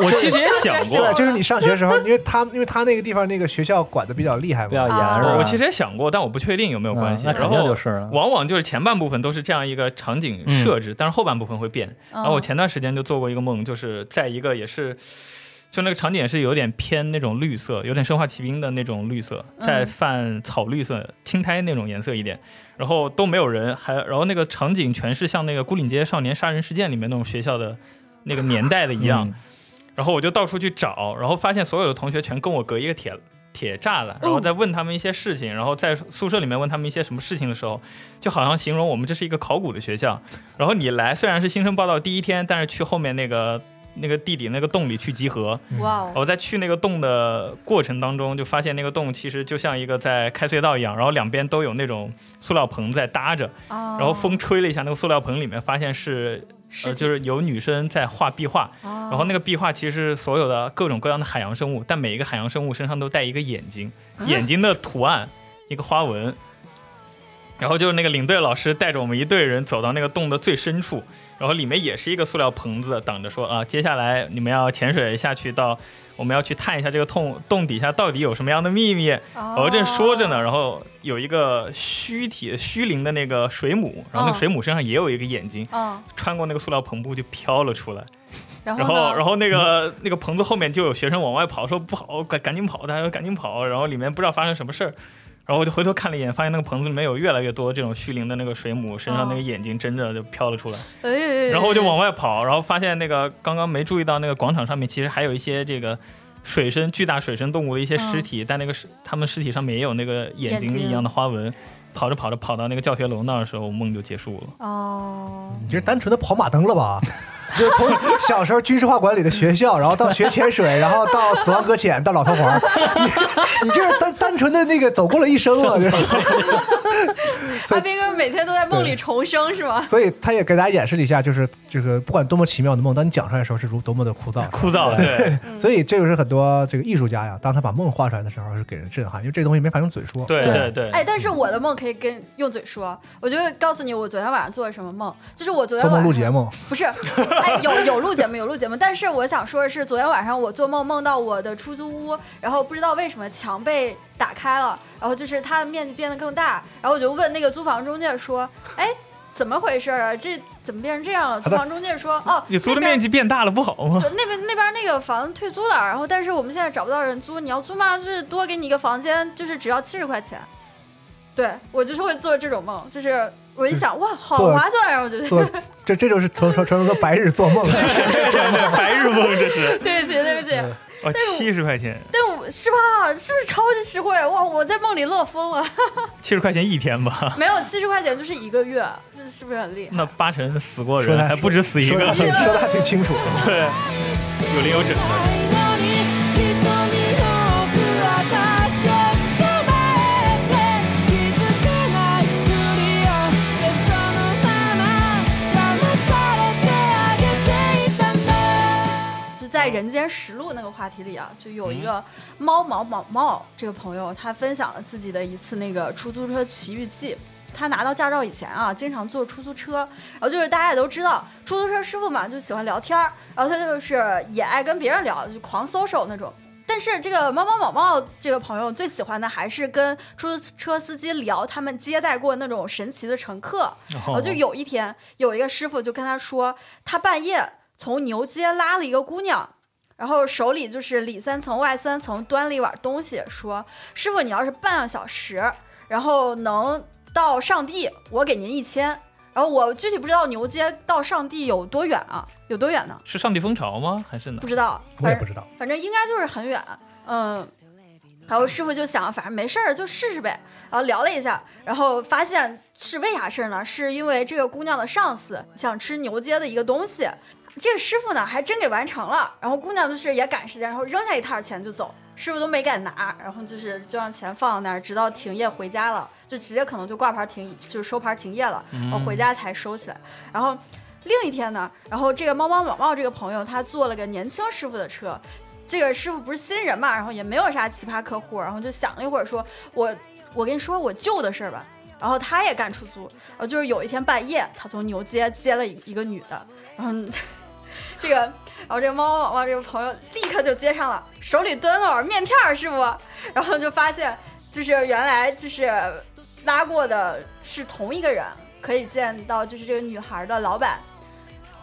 我其实也想是对，过，就是你上学的时候，因为他因为他那个地方那个学校管的比较厉害比较嘛，严啊是吧？我我其实也想过，但我不确定有没有关系。嗯那肯然定后就是了往往就是前半部分都是这样一个场景设置，但是后半部分会变。嗯，然后我前段时间就做过一个梦，就是在一个也是。就那个场景也是有点偏那种绿色，有点生化奇兵的那种绿色，在泛草绿色、青苔那种颜色一点，然后都没有人，还然后那个场景全是像那个《孤岭街少年杀人事件》里面那种学校的那个年代的一样，然后我就到处去找，然后发现所有的同学全跟我隔一个铁铁栅栏，然后再问他们一些事情，然后在宿舍里面问他们一些什么事情的时候，就好像形容我们这是一个考古的学校。然后你来虽然是新生报道第一天，但是去后面那个那个地底那个洞里去集合，哇哦，我在去那个洞的过程当中，就发现那个洞其实就像一个在开隧道一样，然后两边都有那种塑料棚在搭着，然然后风吹了一下，那个塑料棚里面发现哦是呃就是哦有女生在画壁画，然然后那个壁画其实是所有的各种各样的海洋生物，但每一个海洋生物身上都带一个眼睛，眼睛的图案一个花纹。然后就是那个领队老师带着我们一队人走到那个洞的最深处，然后里面也是一个塑料棚子挡着说，啊，接下来你们要潜水下去到，我们要去探一下这个洞洞底下到底有什么样的秘密。然后正哦说着呢，然后有一个虚体虚灵的那个水母，然后那哦个水母身上也有一个眼睛，嗯，穿过那个塑料篷布就飘了出来。然然后呢后，然后那个那个棚子后面就有学生往外跑，说不好，赶赶紧跑，大家都赶紧跑。然后里面不知道发生什么事儿，然后我就回头看了一眼，发现那个棚子里面有越来越多这种虚灵的那个水母，身上那个眼睛睁着就飘了出来。哎哎哎然后我就往外跑，然后发现那个刚刚没注意到那个广场上面其实还有一些这个水生巨大水生动物的一些尸体，但那个尸他们尸体上面也有那个眼睛眼睛一样的花纹。跑着跑着跑到那个教学楼那儿的时候，我梦就结束了。哦，你这单纯的跑马灯了吧？ 就从小时候军事化管理的学校，然后到学潜水，然后到死亡搁浅，到老头环，你 你这是单单纯的那个走过了一生 啊！这阿斌哥每天都在梦里对重生是吗？所以他也给大家演示了一下，就是这个不管多么奇妙的梦，当你讲出来的时候是如多么的 枯燥。枯燥，对所以这就是很多这个艺术家呀，当他把梦画出来的时候是给人震撼，因为这东西没法用嘴说。对对对。哎，但是我的梦可以跟用嘴说，我就告诉你我昨天晚上做了什么梦，就是我昨天做晚梦上录节 目，不是，哎，有有录节目，有录节目。但是我想说的是，昨天晚上我做梦梦到我的出租屋，然后不知道为什么墙被打开了，然后就是它的面积变得更大，然后我就问那个租房中介说，哎，怎么回事啊？这怎么变成这样了？租房中介说，哦，你租的那边面积变大了不好吗？那边那边那个房退租了，然后但是我们现在找不到人租，你要租吗？就是多给你一个房间，就是只要七十块钱。对我就是会做这种梦，就是我一想哇，好做划算呀、我觉得。做这这就是传传传说个白日做梦。 白日梦这是，对不起，对不起，哦，七十块钱，但我是吧？是不是超级实惠？哇，我在梦里乐疯了。七十块钱一天吧， 没有七十块钱就是一个月，这是不是很厉害？那八成死过说人，的还不止死一说的个，说的还挺清楚。 对，有零有整的。 「瞳の奥私を捕まえて」「気づかないふりをしてそのまま騙されてあげていたんだ」就在《人间实录》那个话题里啊，就有一个猫毛毛毛这个朋友，他分享了自己的一次那个出租车奇遇记。他拿到驾照以前啊，经常坐出租车，然后就是大家也都知道，出租车师傅嘛就喜欢聊天儿，然后他就是也爱跟别人聊，就狂 social 那种。但是这个猫猫毛毛这个朋友最喜欢的还是跟出租车司机聊他们接待过那种神奇的乘客，然哦后哦就有一天有一个师傅就跟他说，他半夜从牛街拉了一个姑娘，然后手里就是里三层外三层端了一碗东西，说：“师傅，你要是半个小时，然后能到上地，我给您一千。”然后我具体不知道牛街到上地有多远啊，有多远呢？是上帝风潮吗？还是哪不？知道，啊我也反不正知道，反正应该就是很远，嗯。然后师傅就想，反正没事儿就试试呗。然后聊了一下，然后发现是为啥事儿呢？是因为这个姑娘的上司想吃牛街的一个东西，这个师傅呢还真给完成了。然后姑娘就是也赶时间，然后扔下一沓钱就走，师傅都没敢拿，然后就是就让钱放那儿，直到停业回家了，就直接可能就挂牌停，就是收牌停业了，然后回家才收起来。然后另一天呢，然后这个猫猫毛毛这个朋友，他坐了个年轻师傅的车。这个师傅不是新人嘛，然后也没有啥奇葩客户，然后就想了一会儿说，我我跟你说我舅的事儿吧。然后他也干出租，然后就是有一天半夜，他从牛街接了一个女的，然后 这个，然后这个猫猫毛毛这个朋友立刻就接上了，手里端了碗面片儿，师傅，然后就发现就是原来就是拉过的是同一个人，可以见到就是这个女孩的老板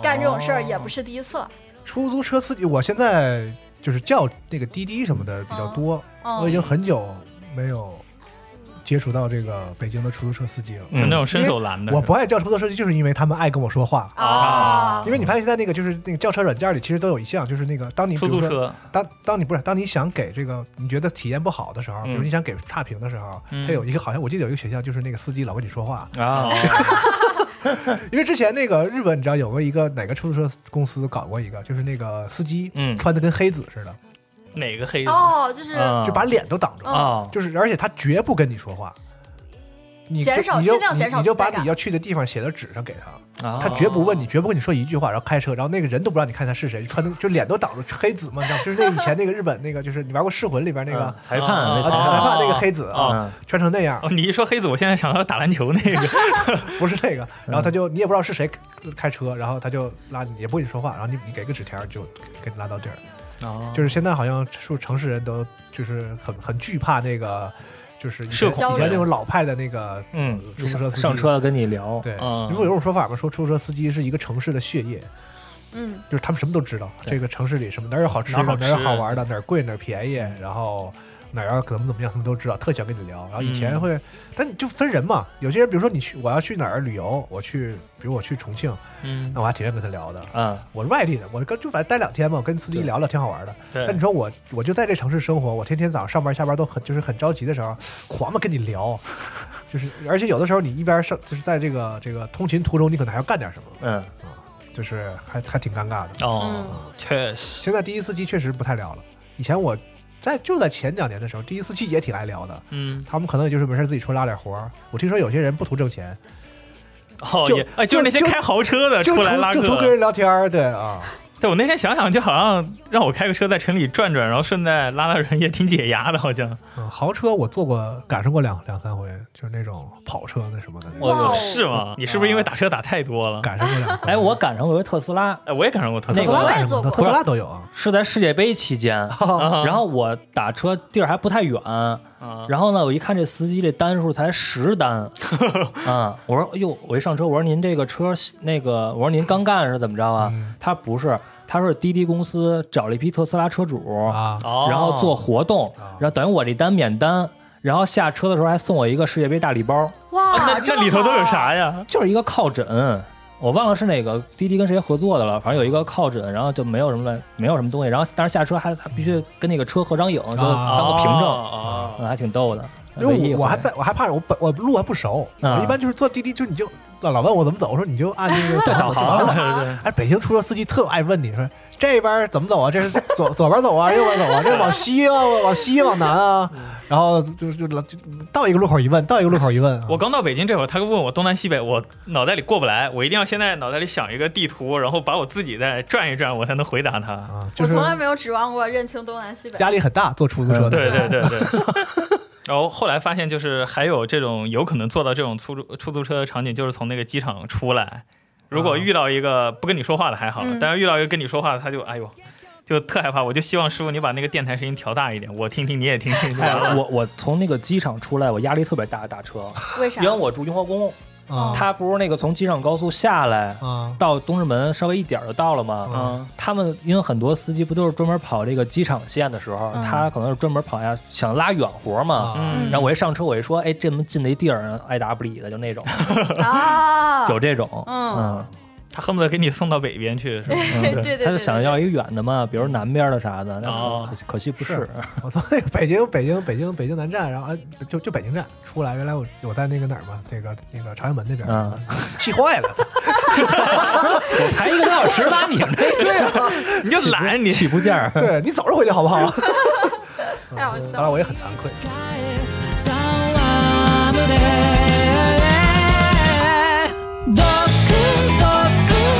干这种事儿也哦不是第一次了。出租车司机，我现在哦嗯啊就是叫那个滴滴什么的比较多，我已经很久没有接触到这个北京的出租车司机了。嗯就那种伸手拦的。嗯我不爱叫出租车司机，就是因为他们爱跟我说话。啊哦因为你发现现在那个就是那个叫车软件里，其实都有一项，就是那个当你出租比如说车当当你不是当你想给这个你觉得体验不好的时候，嗯比如你想给差评的时候，嗯它有一个好像我记得有一个选项，就是那个司机老跟你说话。啊， 因为之前那个日本，你知道有过一个哪个出租车公司搞过一个，就是那个司机嗯穿的跟黑子似的，哪个黑子？哦，就是啊就把脸都挡住了，啊，就是而且他绝不跟你说话。你就减少你就尽量减少你，你就存在把感你要去的地方写在纸上给他，啊哦他绝不问你，绝不跟你说一句话，然后开车，然后那个人都不让你看他是谁，穿的就脸都挡住，黑子嘛，你知道吗？就是那以前那个日本那个，就是你玩过《噬魂》里边那个啊，裁判啊那裁裁判判那个黑子哦啊，啊穿成那样，哦，你一说黑子，我现在想到打篮球那个。 不是这个，然后他就你也不知道是谁开车，然后他就拉你，也不跟你说话，然后你你给个纸条就给你拉到地儿。哦啊就是现在好像是城市人都就是很很惧怕那个，就是以社前恐以前那种老派的那个嗯，呃出租车司机。上车了跟你聊，对，嗯你不有种说法吗？说出租车司机是一个城市的血液，嗯，就是他们什么都知道，这个城市里什么哪儿有好吃的，哪儿哪好吃儿有好玩的，哪儿贵哪儿便宜，然后哪儿要怎么怎么样，他们都知道，特想跟你聊。然后以嗯前会，但你就分人嘛，有些人比如说你去我要去哪儿旅游，我去比如我去重庆，嗯，那我还挺愿意跟他聊的。啊我是外地的，我跟就反正待两天嘛，我跟司机聊聊挺好玩的。对但你说我我就在这城市生活，我天天早上上班下班都很就是很着急的时候，狂的跟你 聊，就是而且有的时候你一边上就是在这个这个通勤途中，你可能还要干点什么，嗯就是还还挺尴尬的。嗯嗯哦，确实，现在第一司机确实不太聊了，以前我在就在前两年的时候，第一司机也挺爱聊的，嗯，他们可能也就是没事自己出来拉点活儿。我听说有些人不图挣钱，哦，就也，哎，就是那些就开豪车的就呃出图来拉就图客跟。人聊天儿，对啊。对，我那天想想，就好像让我开个车在城里转转，然后顺带拉拉人，也挺解压的，好像。嗯，豪车我坐过，赶上过两两三回，就是那种跑车那什么的，我哇哦是吗？你是不是因为打车打太多了？赶上过两回。哎，我赶上过一个特斯拉，哎，我也赶上过特斯特拉斯拉我也干什坐么的？过特斯拉都有啊。是在世界杯期 间，哦啊然后我打车地儿还不太远，啊然后呢，我一看这司机这单数才 十单，啊，我说哟，我一上车，我说您这个车那个，我说您刚干是怎么着啊？嗯他不是，他说滴滴公司找了一批特斯拉车主，啊，哦然后做活动，哦然后等于我这单免单，然后下车的时候还送我一个世界杯大礼包，啊哇，那这那么里头都有好？啥呀？就是一个靠枕，我忘了是哪个滴滴跟谁合作的了，反正有一个靠枕，然后就没有什么乱没有什么东西，然后但是下车还还必须跟那个车合张影，就当个凭证，哦嗯还挺逗的。哦因唯一一为我我回还在我还怕我本我路还不熟，啊我一般就是坐滴滴，就你就老老问我怎么走，我说你就按那 个导航完了。哎，北京出租车司机特爱问你说这边怎么走啊？这是左左边走啊，右边走啊？这往西啊，往西往南啊？嗯然后就就老就到一个路口一问，到一个路口一问啊，我刚到北京这会儿，他问我东南西北，我脑袋里过不来，我一定要现在脑袋里想一个地图，然后把我自己再转一转，我才能回答他。啊，就我是从来没有指望过认清东南西北。压力很大，坐出租车的时候对对对对。然后后来发现，就是还有这种有可能做到这种出租出租车的场景，就是从那个机场出来。如果遇到一个不跟你说话的还好，嗯但是遇到一个跟你说话的，他就哎呦，就特害怕。我就希望师傅你把那个电台声音调大一点，我听听，你也听听。 哎，我我从那个机场出来，我压力特别大，打车，为啥因为？我住雍和宫，啊他不是那个从机场高速下来啊到东直门稍微一点儿就到了吗？嗯他们因为很多司机不都是专门跑这个机场线的时候，嗯他可能是专门跑呀想拉远活嘛。啊 嗯然后我一上车，我一说，哎，这么近的一地儿，爱答不理的，就那种，啊， 有这种，嗯他恨不得给你送到北边去，是吧？嗯对对对他就想要一个远的嘛，比如南边的啥的，那哦可惜可惜不是是，我从那个北京北京北京北京南站，然后啊就就北京站出来，原来我我在那个哪儿嘛，这个那个朝阳门那边，嗯，气坏 了，我排一个多小时拉你们这对 啊，你就哎懒你。起步价 儿，对你早点回去好不好？太好当笑然了。我也很惭愧， 「ドクド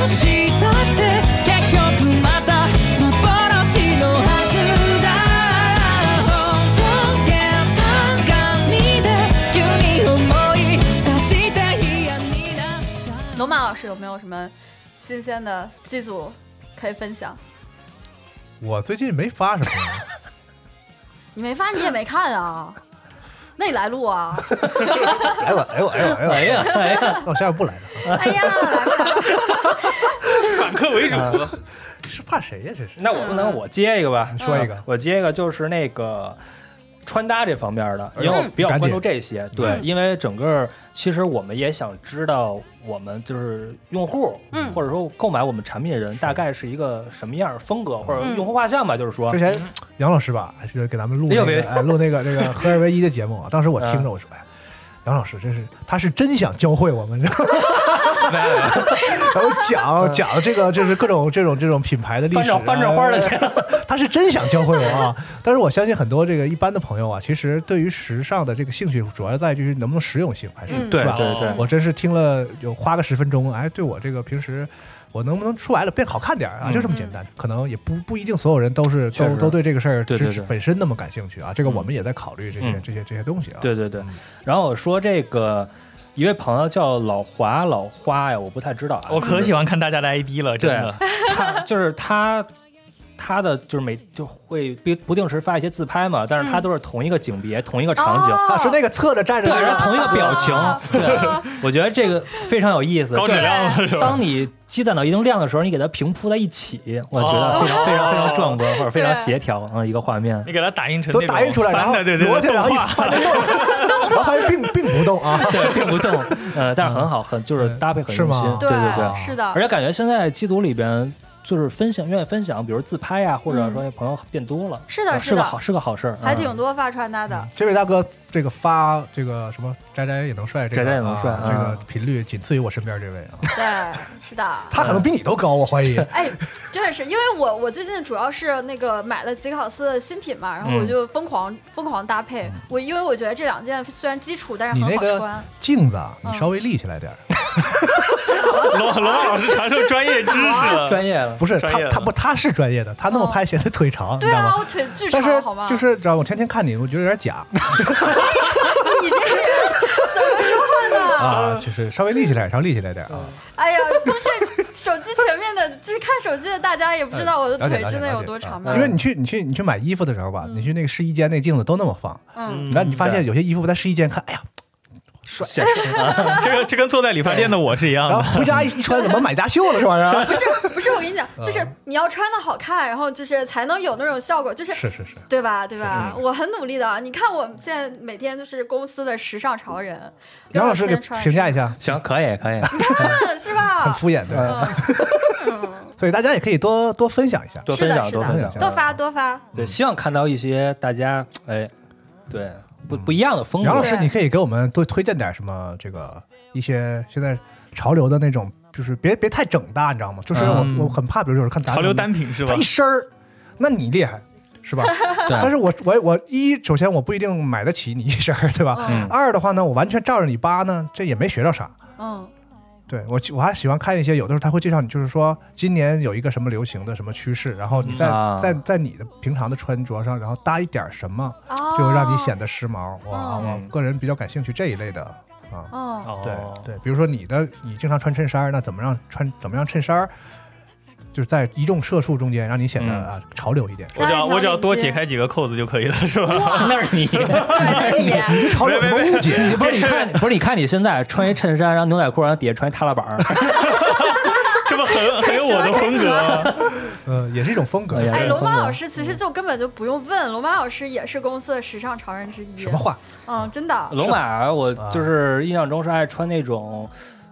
クしたって結局また幻のはずだ」「本当玄関にで急に思い出して嫌になった」嗯龙马老师有没有什么新鲜的机组可以分享？我最近没发什么，你没发，你也没看 啊？那你来录啊？哎呦哎呦哎呦哎呦，哎呀，哎呀，那我下次不来了，哎呀，反客为主。呃是怕谁呀？这是嗯那我不能我接一个吧？你说一个我接一个就是那个穿搭这方面的，嗯因为我比较干净关注这些。对，嗯因为整个其实我们也想知道，我们就是用户，嗯或者说购买我们产品的人大概是一个什么样的风格或者嗯用户画像吧，就是说之。前杨老师吧，这个给咱们录哎那呦个别哎录那个那个合二为一的节目啊，当时我听着我嗯说，哎，杨老师真是他是真想教会我们， 然后没有没有讲讲这个就是各种这种这种品牌的历翻史啊，着翻着花儿的去，他是真想教会我啊！ 但是我相信很多这个一般的朋友啊，其实对于时尚的这个兴趣，主要在于就是能不能实用性，还是、嗯是吧？ 哦对对我真是听了有花个十分钟，哎，对我这个平时我能不能说白了变好看点儿啊？就这么简单。可能也不不一定所有人都是确都实都对这个事儿对对知识对本身那么感兴趣啊。这个我们也在考虑这些、嗯这些这些东西啊。对对对。然后我说这个一位朋友叫老华老花呀，我不太知道啊，我可喜欢看大家的 ID 了，真的。他就是他，他的就是每就会不不定时发一些自拍嘛，但是他嗯都是同一个景别、同一个场景，啊，哦是那个侧着站着对，的然后同一个表情，对，我觉得这个非常有意思。高质量了就是吧当你积攒到一定量的时候，你给它平铺在一起，我觉哦得非常非常非常 壮观，或者非常协调嗯一个画面。你给它打印成都那种打印出来，然翻后的对对挪对起来，然动后一画，翻着 动，然后发现并并不动啊。对，并不动，呃，但是很好，很就是搭配很是用吗心，嗯对对对对，哎是的而，且感觉现在机组里边就是分享愿意分享，比如自拍啊，或者说朋友变多了，是的啊是是个的好是个好事儿，还嗯挺多发穿搭的，这位大哥，这个发这个什么宅宅也能帅，这个宅宅也能帅啊啊这个频率仅次于我身边这位 啊，对，是的。他可能比你都高，我怀 疑。哎，真的是，因为我我最近主要是那个买了吉考斯的新品嘛，然嗯后我就疯狂、疯狂搭配。我因为我觉得这两件虽然基础，但是你很那好穿。个镜子啊，你嗯稍微立起来点 儿，罗罗马老师传授专业知识 了，专业了，不是专他业的他不他是专业的，他那么哦拍显得腿长，你对知道啊，吗？我腿巨但是长，好吗？就是知道我天天看你，我觉得有 点假你这个人怎么说话呢？ 啊，就是稍微立起来，稍微立起来点儿啊。哎呀，不是手机前面的，就是看手机的大家也不知道嗯我的腿真的有多长吧啊因？为你去你去你去买衣服的时候吧，你去那个试衣间那镜子都那么放，嗯，然后你发现有些衣服在试衣间看，哎呀，显示这个这跟坐在理发店的我是一样嗯然后的。回家一一穿怎么买家秀了，是玩意 儿？不是不是，我跟你讲，就是嗯你要穿的好看，然后就是才能有那种效果，就是是是是，对吧？对吧？我很努力的，你看我现在每天就是公司的时尚潮人，杨老师给评价一下，下，行，可以可以， 是很吧？敷衍，对啊吧？嗯所以大家也可以多 多分享一下。多是分的，享是多的，分享，多发多发，啊对，希望看到一些大家哎，对不不一样的嗯风格杨老，师，对你可以给我们多推荐点什么？这个一些现在潮流的那种，就是别别太整大，你知道吗？就是我、嗯我很怕，比如有人看达潮流单品是吧他一？身儿，那你厉害是吧？但是我我我一首先我不一定买得起你一身儿，对吧？嗯二的话呢，我完全照着你扒呢，这也没学到啥。嗯对我我还喜欢看一些，有的时候他会介绍你，就是说今年有一个什么流行的什么趋势，然后你在、嗯啊在在你的平常的穿着上，然后搭一点儿什么。哦，就让你显得时髦。我啊嗯我个人比较感兴趣这一类的啊，嗯哦对对，比如说你的你经常穿衬衫儿，那怎么让穿怎么样衬衫儿，就是在一众社畜中间让你显得嗯啊潮流一点。我只哦加要一条我只要多领解巾开几个扣子就可以了，是吧？那是你。 对 对你。你对潮流有什么误解？你不是你看，不是你看你现在穿一衬衫，然后牛仔裤，然后底下穿一踏拉板儿，这不 很很有我的风格吗？呃，也是一种风格哎。呀哎，对龙风马格老师其实嗯就根本就不用问，龙马老师也是公司的时尚潮人之一。什么？话？嗯，真的。龙马，我啊就是印象中是爱穿那种，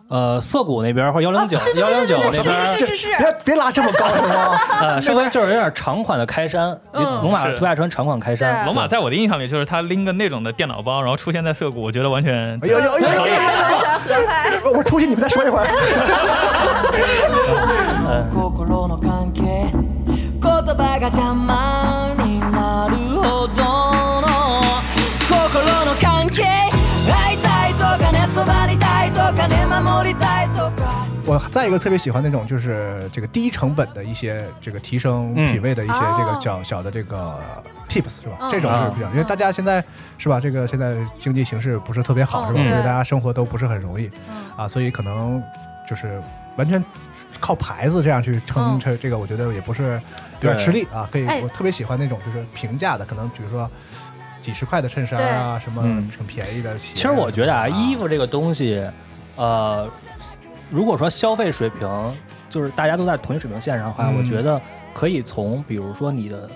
呃，涩谷那边儿或者幺零九幺零九那是边是儿，是是是，别别拉这么高好吗？呃，稍微就是有点长款的开衫。嗯龙马是特别爱穿长款开衫，对龙马在我的印象里就是他拎个那种的电脑包，然后出现在涩谷，我觉得完全哎呦呦呦呦呦！完全合 拍。嗯我出去，你们再说一会儿。心の関係言葉が邪魔になるほどの心の関係会いたいとかねそばにいたいとかね守りたいとか我再一个特别喜欢那种就是这个低成本的一些这个提升品味的一些嗯这个哦小小的这个 tips 是吧？嗯这种是比较，因为大家现在是吧？这个现在经济形势不是特别好嗯是吧？对所以大家生活都不是很容易嗯啊，所以可能就是完全靠牌子这样去撑嗯这这个，我觉得也不是有点吃力啊。可以哎，我特别喜欢那种就是平价的，可能比如说几十块的衬衫啊，什么嗯很便宜的鞋。其实我觉得啊，衣服服这个东西，呃，如果说消费水平就是大家都在同一水平线上的话，嗯我觉得可以从比如说你的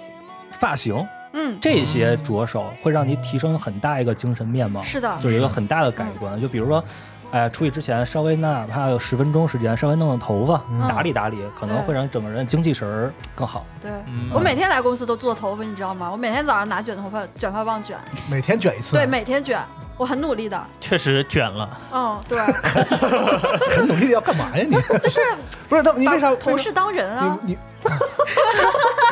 发型，嗯，这些着手会让你提升很大一个精神面貌，是的就有一个很大的改观。就比如说，哎、出去之前稍微哪怕有十分钟时间，稍微弄弄头发，嗯打理打理，可能会让整个人精气神儿更好。对、嗯我每天来公司都做头发，你知道吗？我每天早上拿卷头发卷发棒卷，每天卷一次，啊对，每天卷，我很努力的。确实卷了，嗯， 对，很努力的要干嘛呀你？ 就是不是，那你把为啥同事当人啊？你你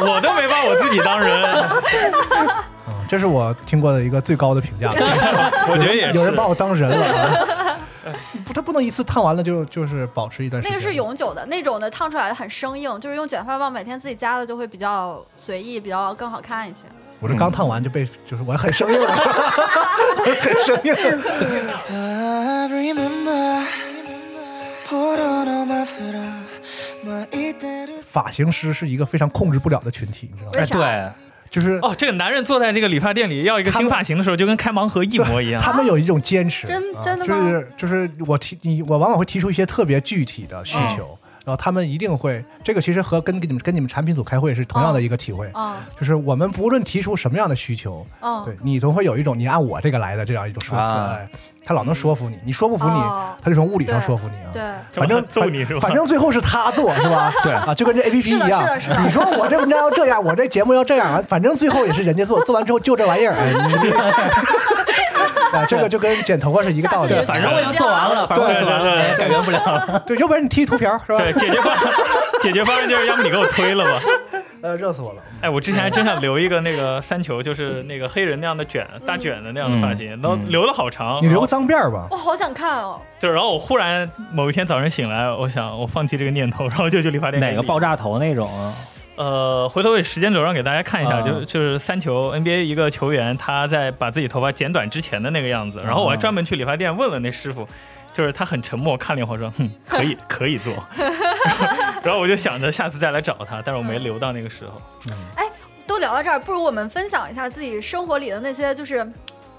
我都没把我自己当 人，啊这是我听过的一个最高的评价了。我觉得也是。有人把我当人了啊。不，他不能一次烫完了就就是保持一段时那间。个是永久的，那种的烫出来的很生硬，就是用卷发棒每天自己夹的就会比较随意，比较更好看一些。我这刚烫完就被就是我很生硬了，很生硬。 I remember ポロのマフラー巻いてる发型师是一个非常控制不了的群体，你知道吗？哎，为啥对，就是哦，这个男人坐在这个理发店里要一个他新们发型的时候，就跟开盲盒一模一样。他们有一种坚持，啊真真的就吗？是就是我提你，我往往会提出一些特别具体的需嗯求，然后他们一定会这个其实和跟跟你们跟你们产品组开会是同样的一个体会，嗯就是我们不论提出什么样的需求，嗯，对你总会有一种你按我这个来的这样一种说辞，啊哎他老能说服你，你说不服你，哦他就从物理上对说服你啊。对，反正他揍你是吧反正最后是他做是吧？对啊，就跟这 A P P 是一的样是的是的，你说我这文章要这样，我这节目要这样，反正最后也是人家做，做完之后就这玩意儿。哎你 啊，这个就跟剪头发是一个道理下次。就反正我已经做完了，反正我已经做完了，对对对改变不了了。对，要不然你剃秃瓢是吧？对，解决方解决方案就是要不你给我推了吧。呃，热死我了。哎，我之前还真想留一个那个三球，就是那个黑人那样的卷大嗯卷的那样的发嗯型，然后留的好长。你留然后个脏辫儿吧我，好想看哦。就是，然后我忽然某一天早晨醒来，我想我放弃这个念头，然后就去理发店给哪个理爆？炸头那种啊？呃，回头我时间轴上给大家看一下，啊就就是三球 NBA 一个球员他在把自己头发剪短之前的那个样子，然后我啊还专门去理发店问了那师傅。就是他很沉默，看了一会儿说：“哼，可以，可以做。”然后我就想着下次再来找他，但是我没留到那个时候。都聊到这儿，不如我们分享一下自己生活里的那些就是嘖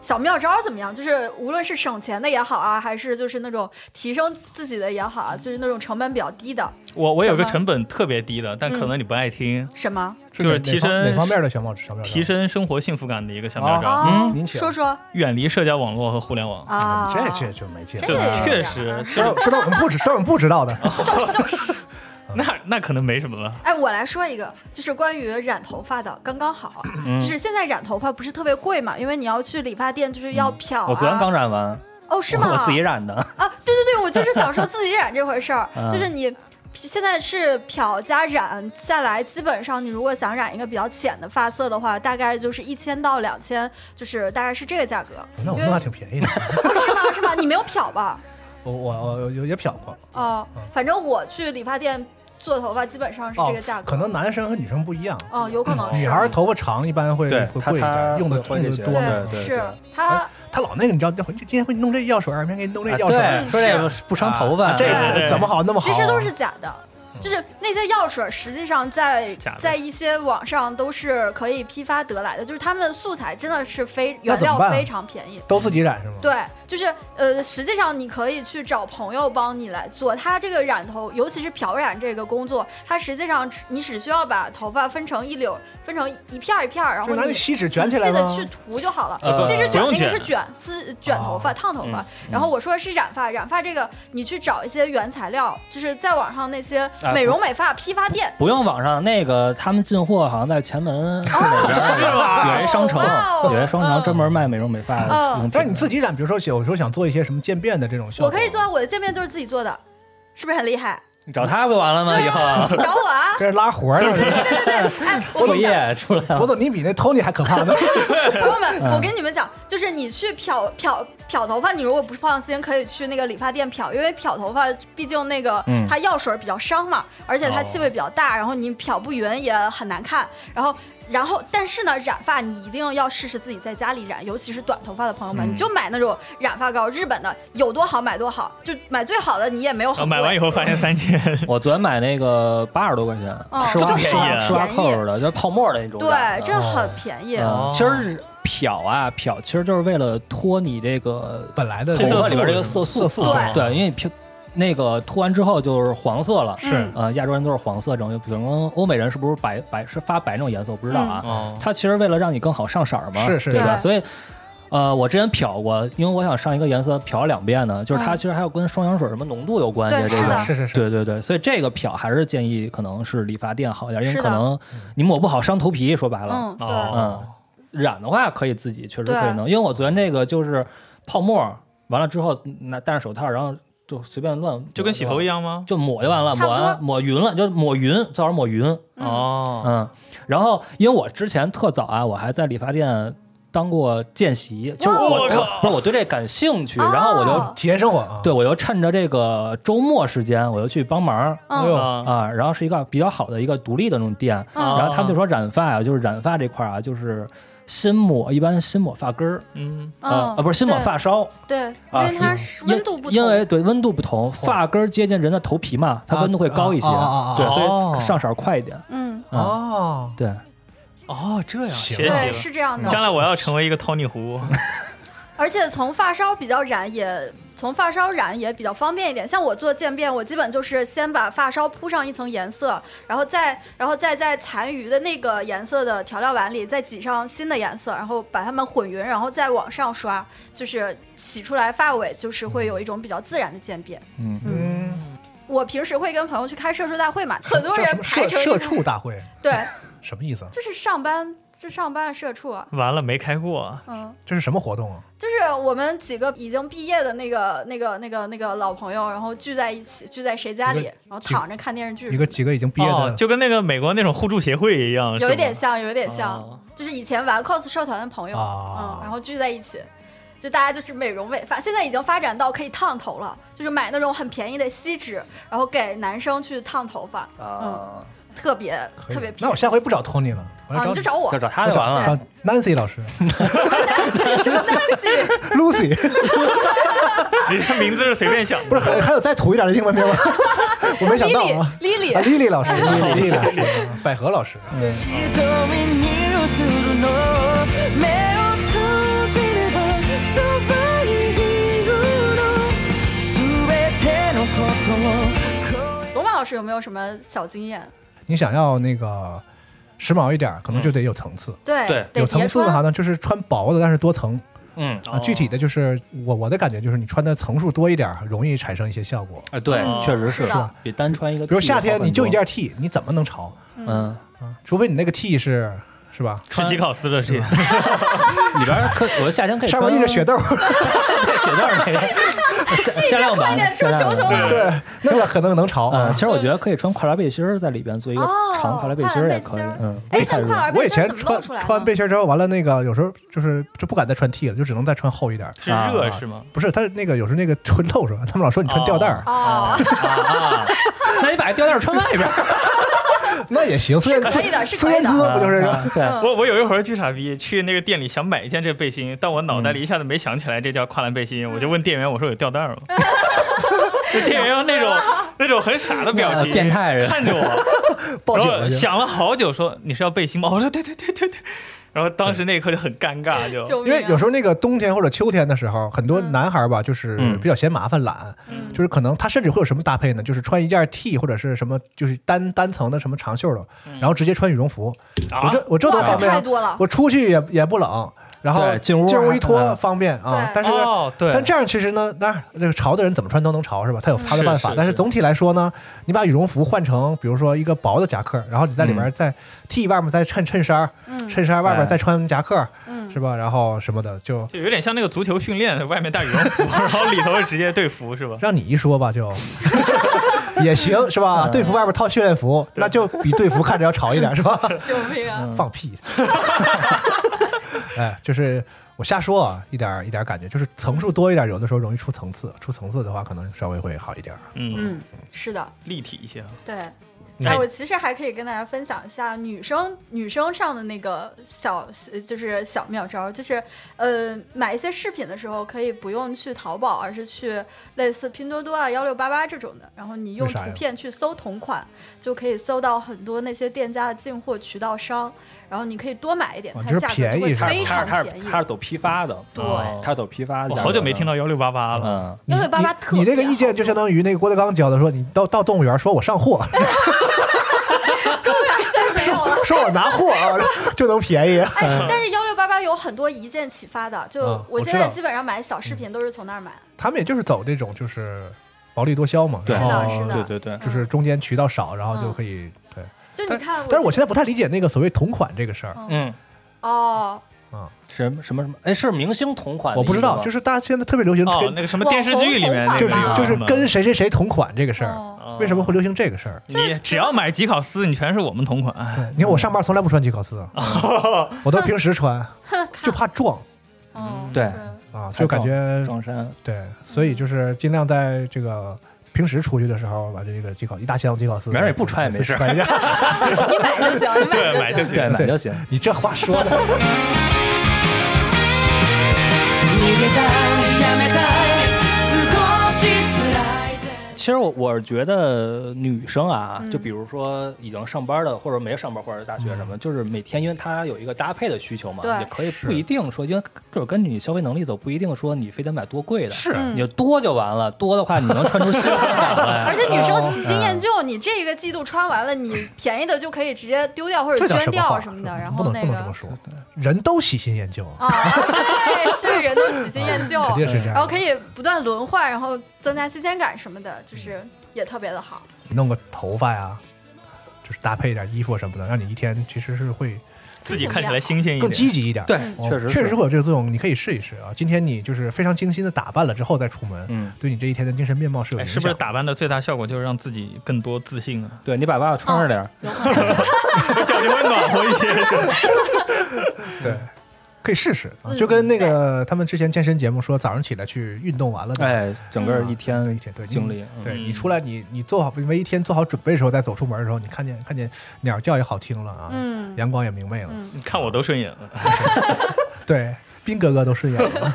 小妙招怎么样？就是无论是省钱的也好啊，还是就是那种提升自己的也好啊，就是那种成本比较低的。我我有个怎么嗯成本特别低的，但可能你不爱听，什么？就哪是提方升哪方面的小妙小妙招提升生活幸福感的一个小妙招，啊哦，您请说说远离社交网络和互联网。啊，这这就没劲了。这个这也确是实啊，说到说到我们不知，说到我们不知道的，啊就是就是。那那可能没什么了。哎，我来说一个，就是关于染头发的，刚刚好，啊嗯就是现在染头发不是特别贵嘛，因为你要去理发店就是要漂、啊嗯我昨天刚染完，哦，是吗？我自己 染的。啊，对对对，我就是想说自己染这回事儿嗯，就是你。现在是漂加染下来，基本上你如果想染一个比较浅的发色的话，大概就是一千到两千，就是大概是这个价格， 哦那我弄还挺便宜的。 是吗？是吗？你没有漂吧？我我我有也漂过，哦，反正我去理发店做头发，基本上是这个价哦，格。可能男生和女生不一样。哦，有可能是女孩儿头发长一般会对会她贵一她点，用的会用这的些多嘛。对对对，是对他他老那个，你知道，今天会弄这药水儿，明天给你弄这啊药水儿，对，说这个不伤头啊发，这对个怎么好那么好？啊嗯其实都是假的。就是那些药水，实际上在假的在一些网上都是可以批发得来的，就是他们的素材真的是非那原怎么料办啊非常便宜。都自己染是吗？对，就是呃，实际上你可以去找朋友帮你来做。它这个染头，尤其是漂染这个工作，它实际上只你只需要把头发分成一绺，分成一片儿一片儿，然就后拿那你锡纸仔卷起细来的吗去？涂就好了。呃其实不卷用那个卷是卷丝卷头发、哦烫头发，然后我说的是染发，染发这个你去找一些原材料，就是在网上那些哎美容美发批发店。不用网上那个，他们进货好像在前门哪边儿有一商城哦哇，哦有一商城专门卖美容美发嗯用品。但是你自己染，比如说有时候想做一些什么渐变的这种效果，我可以做，啊我的界面就是自己做的，是不是很厉害？你找他不就完了吗？以后 找我啊！这是拉活儿呢。哎，我作跟你讲，业出来了我怎么你比那 Tony 还可怕 呢？ 朋友嗯们，我跟你们讲，就是你去漂漂漂头发，你如果不放心，可以去那个理发店漂，因为漂头发毕竟那个嗯哦它药水比较伤嘛，而且它气味比较大，然后你漂不匀也很难看。然后，然后但是呢，染发你一定要试试自己在家里染，尤其是短头发的朋友们，嗯你就买那种染发膏，日本的有多好买多好，就买最好的，你也没有啊，哦很贵。买完以后发现 三千，我昨天买那个八十多块钱，哦十这八么便宜啊十八扣的，就是泡沫的那种染对，的。这很便宜。嗯其实漂啊漂，其实就是为了脱你这个本来的头这发个里边这个色素色。素对对，因为你漂那个涂完之后就是黄色了，是呃，亚洲人都是黄色整，可能欧美人是不是白白是发白那种颜色，我不知道啊。哦，它其实为了让你更好上色儿嘛，是是对吧？嗯是所以，呃，我之前漂过，因为我想上一个颜色，漂了两遍呢。就是它嗯其实还有跟双氧水什么浓度有关系，对这是个的是是是，对对对，所以这个漂还是建议可能是理发店好一点，因为是的可能你抹不好伤头皮，说白了，嗯，对，哦嗯，染的话可以自己确实对可以弄，因为我昨天这个就是泡沫完了之后拿戴上手套，然后就随便乱，就跟洗头一样，样吗？就抹就完了，差抹不多完抹匀了就抹匀，最好是抹匀，嗯哦，嗯。然后因为我之前特早啊，我还在理发店当过见习，就哇我我靠不是我对这感兴趣，然后我就哦体验生活啊，对我就趁着这个周末时间，我就去帮忙。哎嗯呦，啊，啊，然后是一个比较好的一个独立的那种店，然后他们就说染发啊，就是染发这块儿啊，就是新抹，一般新抹发根儿，嗯，啊啊，不是新抹对发梢，对，因啊为它是因温度不同，因为对温度不同，发根儿接近人的头皮嘛，它温度会高一些，啊啊啊啊对，所哦以上色儿快一点，嗯，啊，哦，对，哦，这样行啊学习对，了是这样的。将来我要成为一个 Tony 胡，而且从发梢比较染也。从发梢染也比较方便一点，像我做渐变，我基本就是先把发梢铺上一层颜色，然后再，然后再在残余的那个颜色的调料碗里再挤上新的颜色，然后把它们混匀，然后再往上刷，就是洗出来发尾就是会有一种比较自然的渐变。嗯嗯，我平时会跟朋友去开社畜大会嘛，很多叫什人么排社成一社排畜大会对，什么意思啊？就是上班，就上班的社畜啊，完了没开过，嗯。这是什么活动啊？就是我们几个已经毕业的那个、那个、那个、那个老朋友，然后聚在一起，聚在谁家里一个，然后躺着看电视剧一，个几个已经毕业哦的，，就跟那个美国那种互助协会一样，有一点是吗像，有一点像，哦就是以前玩 cos 社团的朋友，啊嗯，然后聚在一起，就大家就是美容美发，现在已经发展到可以烫头了，就是买那种很便宜的锡纸，然后给男生去烫头发，嗯啊，特别可以特别便宜。那我下回不找 Tony 了，啊，我来你找就找我就，找他我就完找了，找 Nancy 老师什么东西？ ，Lucy，你这 名字是随便想的，不是还还有再土一点的英文名吗？ 我没想到啊。 Lily，Lily， 啊，丽丽老师，丽丽老师，百合老师，瞳に映るの目を閉じればそばにいるの全てのことを龙马老师有没有什么小经验？你想要那个时髦一点，可嗯能就得有层次。对对得有层叠次的话穿。呢，就是穿薄的，但是多层嗯，哦啊。具体的就是我我的感觉就是，你穿的层数多一点，容易产生一些效果。啊，对，确实是哦是的比单穿一个，比如夏天你就一，件 T，你怎么能潮？嗯，除非你那个 T 是是吧？吃吉考斯了是吧？ 里边儿可我夏天可以上面印着雪豆，豆，对雪豆儿那 个限 限量快版点，说限量求版求我。 对，那个可能能潮嗯，啊其。实我觉得可以穿跨栏背心儿在里边做一个哦长跨栏背心儿也可以跨栏背。心儿嗯，哎，太那热跨栏我背以心前怎么穿弄出来的？穿背心儿之后，完了那个有时候就是就不敢再穿 T 了，就只能再穿厚一点。是啊热是吗？不是，他那个有时候那个纯透是吧？他们老说你穿吊带儿，哦， 啊， 那你把吊带儿穿外边儿， 那也行。孙是燕可以的，是孙可以燕姿的。不就是啊对嗯 我我有一回巨傻逼，去那个店里想买一件这背心，但我脑袋里一下子没想起来这叫跨栏背心，我就问店员我说有吊带儿吗？那店员用那种那种很傻的表情，呃变态人看着我， 报警然后了就？想了好久说你是要背心吗？我说对对对对对，然后当时那一刻就很尴尬，就救因命啊！为有时候那个冬天或者秋天的时候，很多男孩儿吧，就是嗯比较嫌麻烦懒，嗯就是可能他甚至会有什么搭配呢？就是穿一件 T 或者是什么，就是单单层的什么长袖的，然后直接穿羽绒服。我啊这我这多哇，方便太啊！多了。我出去也也不冷，然后对进屋进屋一脱还方便啊对。但是哦啊嗯对，但这样其实呢，当然这个潮的人怎么穿都能潮是吧？他有他的是办法。是但是是总体来说呢，你把羽绒服换成比如说一个薄的夹克，然后你在里边再 T 外面再衬衬衫儿，嗯衬衫外哎边再穿夹克，嗯是吧？然后什么的，就就有点像那个足球训练，外面带羽绒服，然后里头是直接队服是吧？让你一说吧，就 也行是吧？队服外边套训练服，那就比队服看着要潮一点是吧？救命啊！放屁！ 哎，就是我瞎说啊，一点儿一点儿感觉，就是层数多一点儿，有的时候容易出层次，出层次的话可能稍微会好一点儿。嗯，嗯，是的，立体一些啊。对。哎，我其实还可以跟大家分享一下女生女生上的那个小就是小妙招，就是呃买一些饰品的时候可以不用去淘宝，而是去类似拼多多啊、幺六八八这种的，然后你用为图啥呀片去搜同款，就可以搜到很多那些店家的进货渠道商，然后你可以多买一点，哦它就是价格便就会宜是吧 非他常是他便是宜。他是走批发的，对哦他是走批发我的价格的。好久没听到幺六八八了。嗯，幺六八八你特你这个别意见好就用相当于那个郭德纲教的，说你到到动物园说我上货，没有了。 说我拿货啊，就能便宜。哎，但是幺六八八有很多一键启发的，就啊我嗯我现知在道嗯基本上买小饰品都是从那儿买。他们也就是走这种就是薄利多销嘛，对然后是的嗯对对对，就是中间渠道少，然后就可以对。就你看，但是我记现在不太理解那个所谓同款这个事儿，嗯，哦，什么什么什么？哎，是明星同款的我意思不吗？知道，就是大家现在特别流行哦，跟那个什么电视剧里面那个啊就是网红同款吧就是跟谁谁谁同款这个事儿，哦，为什么会流行这个事儿？你只要买吉考斯，你全是我们同款。你看我上班从来不穿吉考斯，啊 我都是平时穿，就怕撞嗯，对啊，怕就感觉撞衫，对，所以就是尽量在这个平时出去的时候把这个吉考一大箱吉考斯，明儿也不穿也没事穿一下。 哦你买就行，你对，买买就就行。行。对，买就行。你这话说的，其实我我是觉得女生啊嗯，就比如说已经上班的，或者没上班，或者大学什么，就是每天因为她有一个搭配的需求嘛对，也可以不一定说，因为就是根据你消费能力走，不一定说你非得买多贵的，是嗯你就多就完了，多的话你能穿出新鲜感 而来。啊且女生喜新厌旧，你这个季度穿完了，你便宜的就可以直接丢掉或者这叫捐什么掉话？什么的， 然不后能那不能这么个说，人都喜新厌旧，啊， 对，是人都喜新厌旧，肯定是这样。然后可以不断轮换，然后增加新鲜感什么的，就是也特别的好。弄个头发呀，就是搭配一点衣服什么的，让你一天其实是会自己看起来新鲜一点。更积极一点。对，哦，确实确是实会有这个作用，你可以试一试啊。今天你就是非常精心的打扮了之后再出门，嗯，对你这一天的精神面貌是有哎，影是响不的。是打扮的最大效果就是让自己更多自信啊？对你把袜子穿上点啊儿，脚就会暖和一些， 是吧？对，可以试试啊。就跟那个他们之前健身节目说，早上起来去运动完了的，哎，整个一天一天对经历，对嗯你出来你你做好你为一天做好准备的时候，再走出门的时候，你看见看见鸟叫也好听了啊，嗯阳光也明媚了，你看我都顺眼了。对，斌哥哥都顺眼了。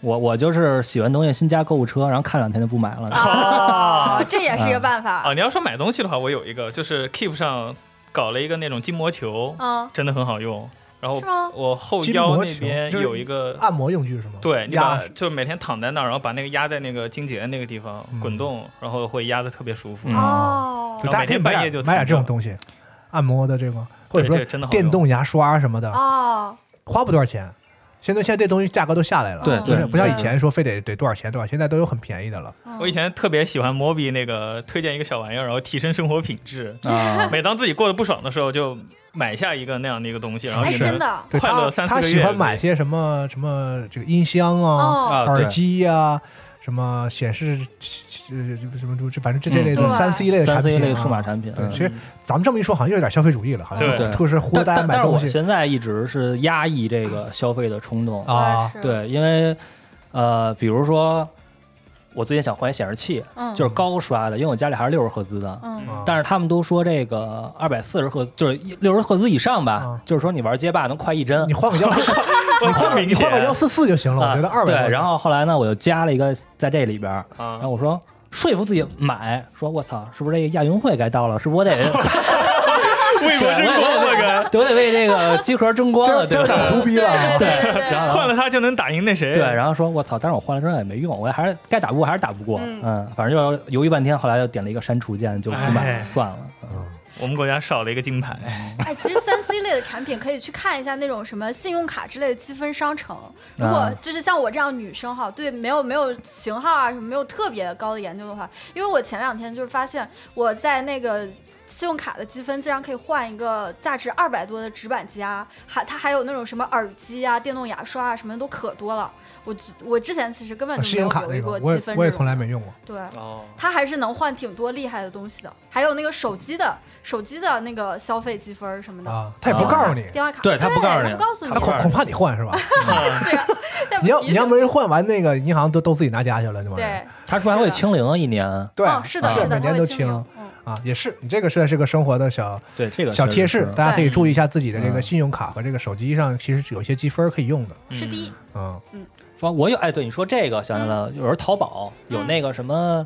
我我就是喜欢东西新加购物车，然后看两天就不买啊了。哦，这也是一个办法啊，。你要说买东西的话，我有一个，就是 Keep 上搞了一个那种筋膜球，嗯真的很好用。然后是吗我后筋腰膜那球边就是有一个按摩用具是吗？对你压把就每天躺在那儿，然后把那个压在那个筋结那个地方嗯滚动，然后会压的特别舒服。哦就大家可以买每天半夜就点买点这种躺着东西，按摩的这个，或对者这个真的说好用电动牙刷什么的，哦，花不多少钱。现在现在这东西价格都下来了，对不是对不像以对前说非得得多少钱多少，现在都有很便宜的哦了。我以前特别喜欢 Mobi 那个推荐一个小玩意儿，然后提升生活品质。啊，每当自己过得不爽的时候，就买下一个那样的一个东西，然后哎，你能真的对快乐他三四他个喜月欢买些什么什么这个音箱啊、哦，啊对耳机呀、什么显示呃什么就反正这这类的嗯三 C 类的三产品、啊， C 类数码产品。对，嗯其实咱们这么一说，好像又有点消费主义了，好像对对特是忽悠但大家但买但是东我西 现在一直是压抑这个消费的冲我动也啊。哦是，对，因为呃，比如说我最近想换一显示器，嗯，就是高刷的，因为我家里还是六十赫兹的。嗯啊但是他们都说这个二百四十赫兹，就是六十赫兹以上吧，啊就是说你玩街霸能快一帧你。换个幺， 我特你明显换个幺四四就行了，我觉得啊二百。对，然后后来呢，我就加了一个在这里边儿，然啊后，我说说服自己买，说我操，是不是这个亚运会该到了？是不是 我得为国争光那个，对我得为这个机壳争光了？这这对有点不对胡逼了啊。对对对然后换了它就能打赢那谁。对，然后说我操，但是我换了之后也没用，我还是该打不过还是打不过，嗯嗯反正就是犹豫半天，后来又点了一个删除键，就不买哎了，算了。我们国家少了一个金牌，哎，其实三 C 类的产品可以去看一下那种什么信用卡之类的积分商城。如果啊就是像我这样女生哈，对没有没有型号啊什么没有特别高的研究的话，因为我前两天就是发现我在那个。信用卡的积分竟然可以换一个价值二百多的直板夹，还它还有那种什么耳机啊、电动牙刷啊什么的都可多了。我我之前其实根本就啊信没用啊有卡留那意个过，我积也分我也这种从来的没用过。对。哦，它还是能换挺多厉害的东西的，还有那个手机的手机的那个消费积分儿什么的，啊，他也不告诉你，电话卡，对它不告诉它你不告诉你他，恐恐怕你换 是吧？是呀，它也不你要提你要醒没人换完那个银行都都自己拿家去了，那玩意儿。对，他说还是的会清零一年，对哦，是的，是啊的，每它年会都清清零，嗯啊，也是你这个算是个生活的小对这个小确实贴士是，大家可以对注意一下自己的这个嗯信用卡和这个手机上，其实是有一些积分可以用的。是第一，嗯，方我有哎，对你说这个想嗯起来了，有人淘宝有那个什么。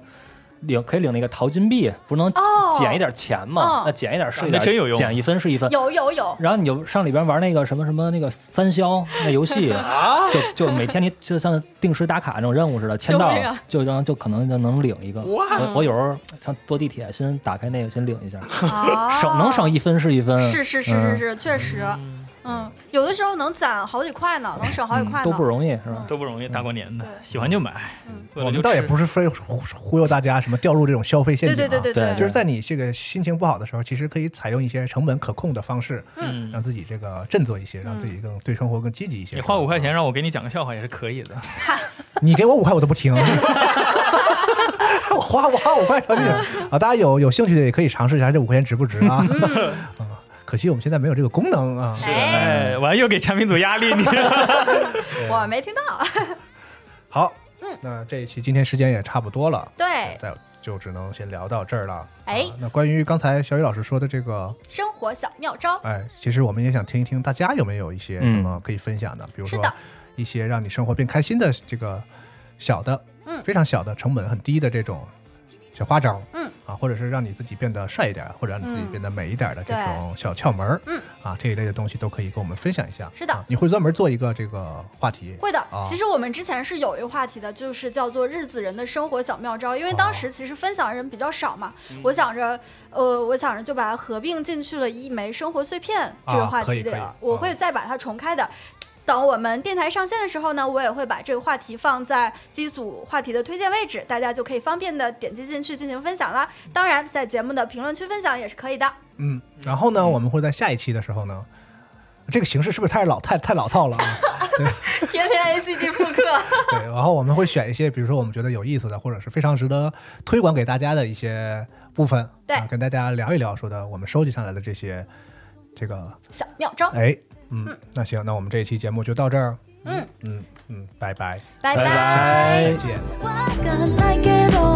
领可以领那个淘金币，不是能哦减一点钱吗哦？那减一点是一那点，真有用减一分是一分。有有有，然后你就上里边玩那个什么什么那个三消那 游戏，啊就就每天你就像定时打卡那种任务似的，签到救命啊就然后就可能就能领一个。我我有时候像坐地铁，先打开那个先领一下，啊嗯省能省一分是一分，是是是是嗯是，确实，嗯，有的时候能攒好几块呢，能省好几嗯块呢，都不容易是吧？都不容易，大过年的对，喜欢就买。为了我就们倒也吃不是非忽忽悠大家什么掉入这种消费陷对阱啊，对对对对就是在你这个心情不好的时候，其实可以采用一些成本可控的方式，嗯让自己这个振作一些，让自嗯己更对生活更积极一些。你花五块钱，钱让我给你讲个笑话也是可以的。你给我五块我都不听， 我花我花五块小姐嗯啊，大家有有兴趣的也可以尝试一下这五块钱值不值啊？ 啊，可惜我们现在没有这个功能啊。哎，哎，完又给产品组压力，你我没听到，好，嗯那这一期今天时间也差不多了，对，那就只能先聊到这儿了。哎啊那关于刚才小雨老师说的这个，生活小妙招，哎，其实我们也想听一听大家有没有一些嗯什么可以分享的，比如说是的一些让你生活变开心的这个小的，嗯非常小的成本很低的这种小花招，嗯，啊，或者是让你自己变得帅一点，或者让你自己嗯变得美一点的这对种小窍门儿，嗯，啊，这一类的东西都可以跟我们分享一下。是的啊你会专门做一个这个话题，会的啊，其实我们之前是有一个话题的，就是叫做“日子人的生活小妙招”，因为哦当时其实分享人比较少嘛，嗯我想着，呃，我想着就把它合并进去了一枚生活碎片这个话啊可以嗯题里可以了，我会再把它重开的。等我们电台上线的时候呢，我也会把这个话题放在机组话题的推荐位置，大家就可以方便的点击进去进行分享啦。当然，在节目的评论区分享也是可 以的。嗯，然后呢，我们会在下一期的时候呢，这个形式是不是太老太太老套了啊？天天 A C G 复刻，对，然后我们会选一些，比如说我们觉得有意思的，或者是非常值得推广给大家的一些部分，对啊跟大家聊一聊，说的我们收集上来的这些，这个，小妙招，哎，嗯，那行，那我们这一期节目就到这儿，嗯嗯嗯，拜拜，拜拜拜哎再见。わかんないけど